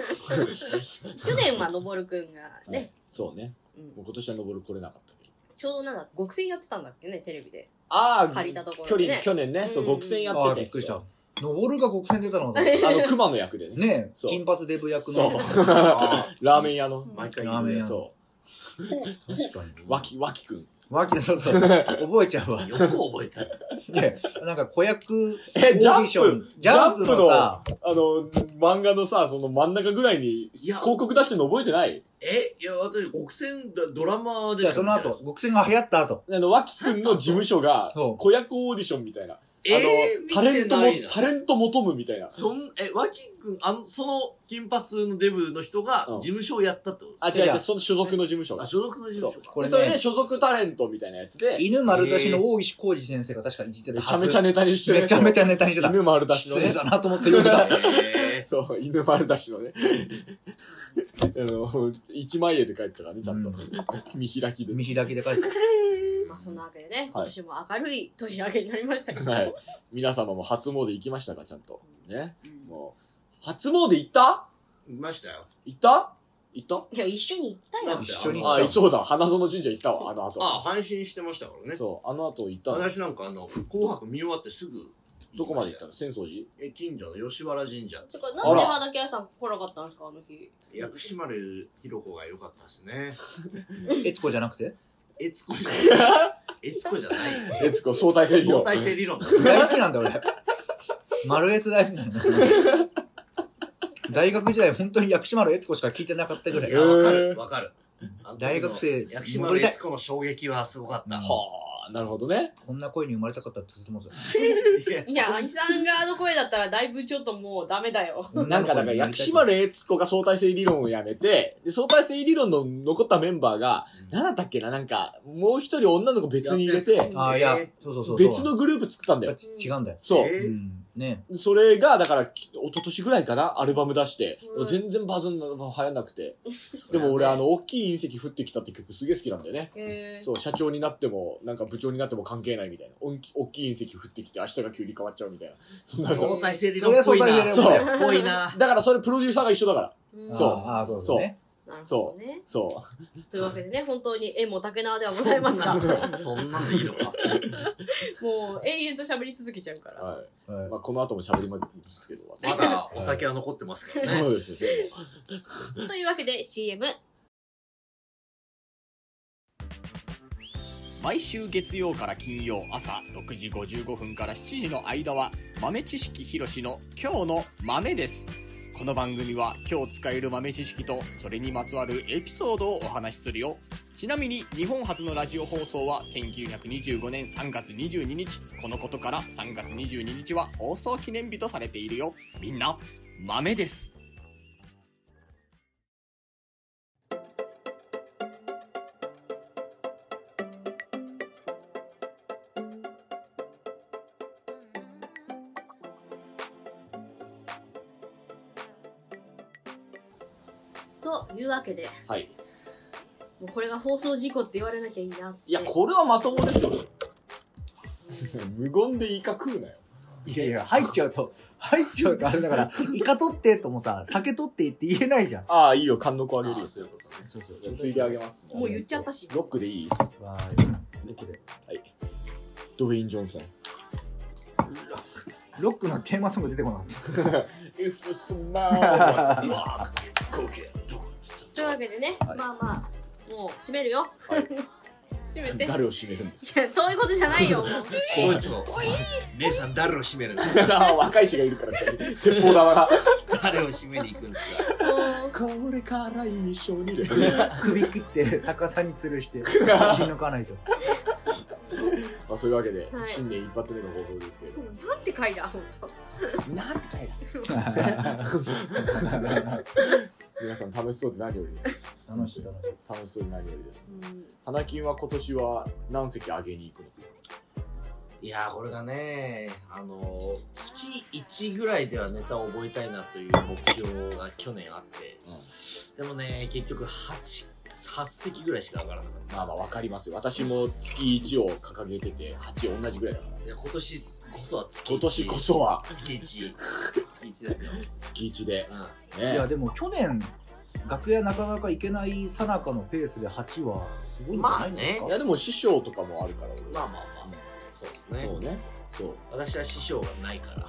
[SPEAKER 4] 去年はのぼるくんが
[SPEAKER 1] な、は
[SPEAKER 4] ね
[SPEAKER 1] い、そうね
[SPEAKER 4] うん
[SPEAKER 1] もう今年は登る来れなかったけど
[SPEAKER 4] ちょうどなんだ、極戦やってたんだっけね、テレビで。
[SPEAKER 1] ああ
[SPEAKER 4] 借りたとこ
[SPEAKER 1] 距
[SPEAKER 4] ろで
[SPEAKER 1] 離
[SPEAKER 4] ね
[SPEAKER 1] 去年ね、そう
[SPEAKER 4] うん
[SPEAKER 1] 極戦や
[SPEAKER 2] あ
[SPEAKER 1] っ
[SPEAKER 2] あ、
[SPEAKER 1] てて
[SPEAKER 2] びっくりした。登るが国選出たのだ。
[SPEAKER 1] あの熊の役でね
[SPEAKER 2] ねえ、
[SPEAKER 1] そう
[SPEAKER 2] 金髪デブ役
[SPEAKER 1] そう
[SPEAKER 2] の。
[SPEAKER 3] あ
[SPEAKER 1] ラーメン屋の、
[SPEAKER 3] 毎
[SPEAKER 2] ラ
[SPEAKER 3] 回
[SPEAKER 2] ーメン屋。
[SPEAKER 1] そ
[SPEAKER 2] 確かに。
[SPEAKER 1] う脇脇くん
[SPEAKER 2] わけそうそう。覚えちゃうわ。
[SPEAKER 3] よく覚えてる。
[SPEAKER 2] ねえなんか子役オー
[SPEAKER 1] え
[SPEAKER 2] デ
[SPEAKER 1] ジャ
[SPEAKER 2] ィショ
[SPEAKER 1] ン
[SPEAKER 2] ン
[SPEAKER 1] プ、
[SPEAKER 2] ジャンプ
[SPEAKER 1] ジャンプ
[SPEAKER 2] の
[SPEAKER 1] の
[SPEAKER 2] さ、
[SPEAKER 1] あの漫画のさその真ん中ぐらいに
[SPEAKER 3] いや、
[SPEAKER 1] 広告出してるの覚えてない
[SPEAKER 3] え、いや、私、極戦ドドラマで
[SPEAKER 2] じゃあ
[SPEAKER 3] し
[SPEAKER 2] その後、極戦が流行った後。
[SPEAKER 1] あの脇くんの事務所が
[SPEAKER 2] そう
[SPEAKER 1] 子役オーディションみたいな
[SPEAKER 3] え
[SPEAKER 1] あの、
[SPEAKER 3] ー、
[SPEAKER 1] タレントも
[SPEAKER 3] 見てない、な
[SPEAKER 1] タレント求むみたいな。
[SPEAKER 3] そん、え、脇くん、あの、その金髪のデブの人が
[SPEAKER 1] うん
[SPEAKER 3] 事務所をやったってこと、
[SPEAKER 1] あ、違う
[SPEAKER 2] い
[SPEAKER 1] 違
[SPEAKER 2] や
[SPEAKER 1] う、その所属の事務所
[SPEAKER 3] あ、
[SPEAKER 1] が。
[SPEAKER 3] 所属の事務所
[SPEAKER 2] こ
[SPEAKER 3] か。
[SPEAKER 2] れ
[SPEAKER 1] でそれで
[SPEAKER 2] ね、
[SPEAKER 1] 所属タレントみたいなやつで、
[SPEAKER 2] 犬丸出しの大石浩二先生が確かいじってる
[SPEAKER 1] め
[SPEAKER 2] は
[SPEAKER 1] ち
[SPEAKER 2] ず
[SPEAKER 1] ゃめちゃネタにしてる。
[SPEAKER 2] めちゃめちゃネタにしてた。
[SPEAKER 1] 犬丸出しの
[SPEAKER 2] 失礼
[SPEAKER 1] ね。
[SPEAKER 2] だなと思って言ってた。
[SPEAKER 3] え
[SPEAKER 1] そう、犬丸出しのね。あの、一枚絵で書いてたからね、ちゃんと。見開きで。
[SPEAKER 2] 見開きで返す。
[SPEAKER 4] まあそんなわけでね、
[SPEAKER 1] は
[SPEAKER 4] 今
[SPEAKER 1] い
[SPEAKER 4] 年も明るい年明けになりましたけど。
[SPEAKER 1] はい。皆様も初詣行きましたか、ちゃんと。ね。
[SPEAKER 4] うん
[SPEAKER 1] もう、初詣行った
[SPEAKER 3] ー、いましたよ。
[SPEAKER 1] 行った行った
[SPEAKER 4] いや、一緒に行ったよ。
[SPEAKER 2] 一緒に行
[SPEAKER 1] あ、
[SPEAKER 2] った。
[SPEAKER 1] そうだ、花園神社行ったわ、あの後。
[SPEAKER 3] あ、配信してましたからね。
[SPEAKER 1] そう、あの後行ったの。
[SPEAKER 3] 私なんかあの、紅白見終わってすぐ行きしたよ。
[SPEAKER 1] どこまで行ったの浅草寺
[SPEAKER 3] え、近所の吉原神社って
[SPEAKER 4] てか、なんで
[SPEAKER 1] あら
[SPEAKER 4] 花木屋さん来なかったんですか、あの日。
[SPEAKER 3] 薬師丸ひろ子が良かったですね。
[SPEAKER 2] 悦子じゃなくて
[SPEAKER 3] えつこじゃない。えつこじゃない。
[SPEAKER 1] えつこ相対性理
[SPEAKER 3] 相
[SPEAKER 1] 論。
[SPEAKER 3] 対性理論だ。
[SPEAKER 2] 大好きなんだよ俺。丸越大事なんだ。大学時代、本当に薬師丸悦子しか聞いてなかったぐらい。
[SPEAKER 3] いや、わかる、わかる。あの時の
[SPEAKER 2] 大学生
[SPEAKER 3] 薬師丸悦子の衝撃はすごかった。
[SPEAKER 1] はあ、なるほどね。
[SPEAKER 2] こんな声に生まれたかったってずっと思って
[SPEAKER 4] いや、兄さんがあの声だったらだいぶちょっともうダメだよ。
[SPEAKER 2] た。
[SPEAKER 1] なんか、だから、薬師丸悦子が相対性理論をやめて、で相対性理論の残ったメンバーが、何だったっけな、なんか、もう一人女の子別に入れて、
[SPEAKER 2] ああ、いや、そうそうそう。
[SPEAKER 1] 別のグループ作ったんだ
[SPEAKER 2] やっ
[SPEAKER 1] よ
[SPEAKER 2] ぱ。違うんだよ。
[SPEAKER 1] そう。
[SPEAKER 3] え
[SPEAKER 2] うん。ね。
[SPEAKER 1] それが、だから、き一昨年ぐらいかな、アルバム出して、
[SPEAKER 4] うん
[SPEAKER 1] 全然バズんな、流行んなくて。でも俺、あの、大きい隕石降ってきたって曲すげえ好きなんだよね。
[SPEAKER 4] えー
[SPEAKER 1] そう、社長になっても、なんか部長になっても関係ないみたいな。おんき大きい隕石降ってきて、明日が急に変わっちゃうみたいな。そんな
[SPEAKER 3] 相
[SPEAKER 1] の。
[SPEAKER 3] 対性理論っぽい
[SPEAKER 2] そりゃ
[SPEAKER 1] 対
[SPEAKER 2] 相
[SPEAKER 3] な。
[SPEAKER 1] 性理
[SPEAKER 2] 論
[SPEAKER 3] っぽいな。
[SPEAKER 1] だからそれプロデューサーが一緒だから。
[SPEAKER 4] うん
[SPEAKER 1] そう
[SPEAKER 2] ああ、そうですね。
[SPEAKER 4] なるほどね。
[SPEAKER 1] そ
[SPEAKER 4] というわけでね、本当に縁も竹縄ではございますが、 もう
[SPEAKER 3] そんなのいいのか。
[SPEAKER 4] 永遠と喋り続けちゃうか
[SPEAKER 1] う。
[SPEAKER 4] ら。
[SPEAKER 1] はい。
[SPEAKER 2] はい
[SPEAKER 1] まあ、この後も喋りますけど。
[SPEAKER 3] まだお酒は残ってますからね。
[SPEAKER 1] そうですね。でも
[SPEAKER 4] というわけで CM。
[SPEAKER 8] 毎週月曜から金曜朝6時55分から7時の間は豆知識ひろしの今日の豆ですこの番組は今日使える豆知識とそれにまつわるエピソードをお話しするよちなみに日本初のラジオ放送は1925年3月22日このことから3月22日は放送記念日とされているよみんな豆です
[SPEAKER 4] というわけで、
[SPEAKER 1] はい。
[SPEAKER 4] もうこれが放送事故って言われなきゃいいなって。
[SPEAKER 1] いや、これはまともでしょ。無言でイカ食うなよ。
[SPEAKER 2] いやいや、入っちゃうと、入っちゃうとあれだ から、イカ取ってともさ、酒取ってって言えないじゃん。
[SPEAKER 1] ああ、いいよ、缶の子あげる
[SPEAKER 3] あ
[SPEAKER 1] よ
[SPEAKER 3] あ。そういうことね。
[SPEAKER 2] そうそう
[SPEAKER 1] じゃあついてあげます。
[SPEAKER 4] もう言っちゃったし。
[SPEAKER 1] ロックでいい
[SPEAKER 2] わ
[SPEAKER 1] ドウェイン・ジョンソン。
[SPEAKER 2] ロックのテーマソング出てこなかっ
[SPEAKER 1] If you smile what you rock, cook it.
[SPEAKER 4] というわけでね、
[SPEAKER 1] はい
[SPEAKER 4] まあまあ、もう閉めるよ。
[SPEAKER 1] はい
[SPEAKER 4] 閉めて。い
[SPEAKER 1] 誰を締めるんです
[SPEAKER 4] や、そういうことじゃないよ、もう。
[SPEAKER 3] こいつを、姉さん誰を締めるんですか
[SPEAKER 1] か 若い氏がいるから、ね、鉄砲玉が。
[SPEAKER 3] 誰を締めに行くんですか
[SPEAKER 4] もう
[SPEAKER 1] これから一緒にで。
[SPEAKER 2] た。首切って逆さに吊る して、死ぬかない と。
[SPEAKER 1] まあ、そういうわけで、
[SPEAKER 4] はい
[SPEAKER 1] 新年一発目の放送ですけど。
[SPEAKER 4] なんて回だ、ほんと。
[SPEAKER 1] なんてだ皆さん楽しそうで何よりです。
[SPEAKER 2] 楽しい楽しい。
[SPEAKER 1] 楽しそうで何よりです。
[SPEAKER 4] うん
[SPEAKER 1] 花金は今年は何席上げに行くの
[SPEAKER 3] いやーこれがねあのー月1ぐらいではネタを覚えたいなという目標が去年あって、でもね結局 8, 8席ぐらいしか上がらなかった
[SPEAKER 1] まあまあ、わかりますよ。私も月1を掲げてて、8同じぐらいだから。
[SPEAKER 3] いや今年こそは月1
[SPEAKER 1] 今年こそは
[SPEAKER 3] 月1月1ですよ、
[SPEAKER 1] 月1で。
[SPEAKER 3] うん、
[SPEAKER 2] いや、
[SPEAKER 1] ね。
[SPEAKER 2] でも去年、楽屋なかなか行けないさなかのペースで8は、すごいんじゃないんですか、
[SPEAKER 3] ま
[SPEAKER 1] いや、でも師匠とかもあるから、俺
[SPEAKER 3] まあまあまあそうですね
[SPEAKER 1] そうね。そう。
[SPEAKER 3] 私は師匠がないから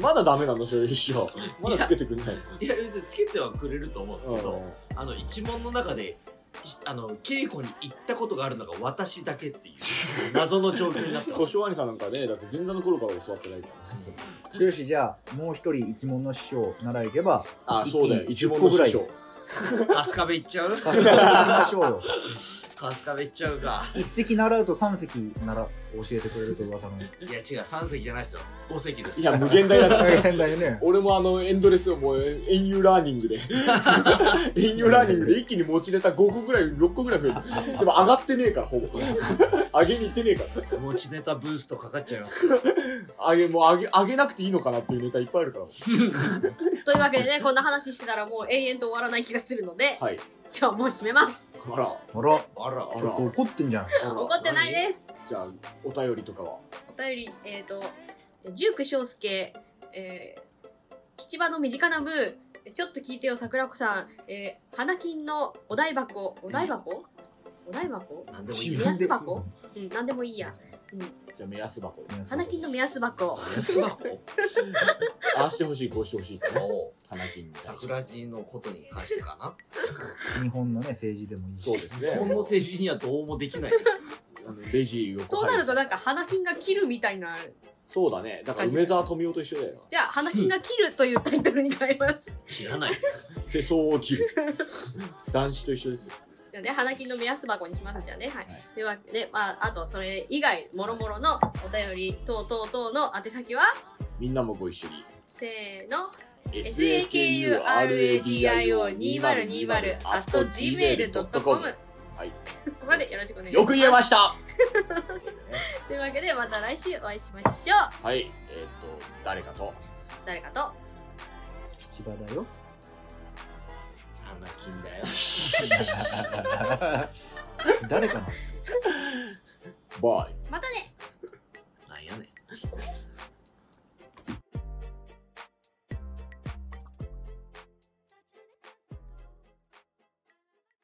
[SPEAKER 1] まだダメなの、そういう師匠。まだつけてくんないの。
[SPEAKER 3] いや別につけてはくれると思うんですけど、
[SPEAKER 1] うん
[SPEAKER 3] あの一問の中でしあの稽古に行ったことがあるのが私だ けっていう謎の状況になった
[SPEAKER 1] 小正兄さんなんかね、だって前座の頃から教わってないからね。
[SPEAKER 2] よし、じゃあ、もう一人一門の師匠、習い行け ば、
[SPEAKER 1] あ、そうだよ。一
[SPEAKER 2] 一
[SPEAKER 1] 問
[SPEAKER 2] 問
[SPEAKER 1] の
[SPEAKER 2] の
[SPEAKER 1] 師
[SPEAKER 2] 師
[SPEAKER 1] 匠
[SPEAKER 2] 匠。
[SPEAKER 3] 春日部行っちゃう
[SPEAKER 2] さすがに行きましょうよ。
[SPEAKER 3] 春日部行っちゃうか
[SPEAKER 2] 一席習うと三席なら教えてくれると噂の。
[SPEAKER 3] いや違う3席じゃないですよ5席です
[SPEAKER 1] いや、無限大だから。
[SPEAKER 2] 大変だよね。
[SPEAKER 1] 俺もあの、エンドレスをもう、遠遊ラーニングで。遠遊ラーニングで一気に持ちネタ5個ぐらい、6個ぐらい増えた。でも上がってねえから、ほぼ。上げに行ってねえか
[SPEAKER 3] 持ちネタブーストかかっちゃいます
[SPEAKER 1] ら。上げ、もう上げ、上げなくていいのかなっていうネタいっぱいあるから。
[SPEAKER 4] というわけでね、こんな話してたらもう永遠と終わらない気がするので、
[SPEAKER 1] はい。
[SPEAKER 4] 今日もう締めます。
[SPEAKER 1] あら、
[SPEAKER 2] あら、
[SPEAKER 3] あら
[SPEAKER 1] あ
[SPEAKER 2] ちょっ
[SPEAKER 1] ら。
[SPEAKER 2] と怒ってんじゃん。
[SPEAKER 1] あら
[SPEAKER 4] 怒ってないです。
[SPEAKER 1] じゃあ、お便りとかは。
[SPEAKER 4] お便り、えっ、ー、と、ジューク翔介、えー吉場の身近な部、ちょっと聞いてよ、桜子さん、えー、花金のお台箱、お台箱お台箱
[SPEAKER 3] 何でもいい
[SPEAKER 2] 自
[SPEAKER 4] 目
[SPEAKER 2] 分で
[SPEAKER 3] よ
[SPEAKER 4] 安箱うん、なんでもいいや。
[SPEAKER 1] じゃあ、目安箱で。
[SPEAKER 4] 花金の目安箱。
[SPEAKER 3] 安箱
[SPEAKER 1] ああしてほしい、こうしてほしいってね。
[SPEAKER 3] お
[SPEAKER 1] 花金に対して。
[SPEAKER 3] 桜地のことに関してかな
[SPEAKER 2] 日本のね、政治でもいいし。
[SPEAKER 1] そうです
[SPEAKER 3] 日
[SPEAKER 1] ね。
[SPEAKER 3] 本の政治にはどうもできない
[SPEAKER 1] あのレジを。
[SPEAKER 4] そうなるとなんか花金が切るみたいな
[SPEAKER 1] そうだね。だから梅沢富美男と一緒だよな。
[SPEAKER 4] じゃあ、花金が切るというタイトルに変えます。
[SPEAKER 3] 切 らない。
[SPEAKER 1] 世相を切る。男子と一緒ですよ。
[SPEAKER 4] じゃあね、花金の目安箱にします。じゃあね、はい。というわけで、まあ、あと、それ以外、もろもろのお便り等々等の宛先は、
[SPEAKER 1] みんなもご一緒に。
[SPEAKER 4] せーの、
[SPEAKER 1] SAKURADIO2020
[SPEAKER 4] sakuradadio2020@gmail.com
[SPEAKER 1] はい。
[SPEAKER 4] までよろしくお願いします。
[SPEAKER 1] よく言えました
[SPEAKER 4] というわけで、また来週お会いしましょう。
[SPEAKER 1] はい。えーっと、誰かと。
[SPEAKER 4] 誰かと。
[SPEAKER 2] 千葉だよ。
[SPEAKER 3] 花金だよ。
[SPEAKER 2] 誰かな
[SPEAKER 1] バイ。
[SPEAKER 4] またね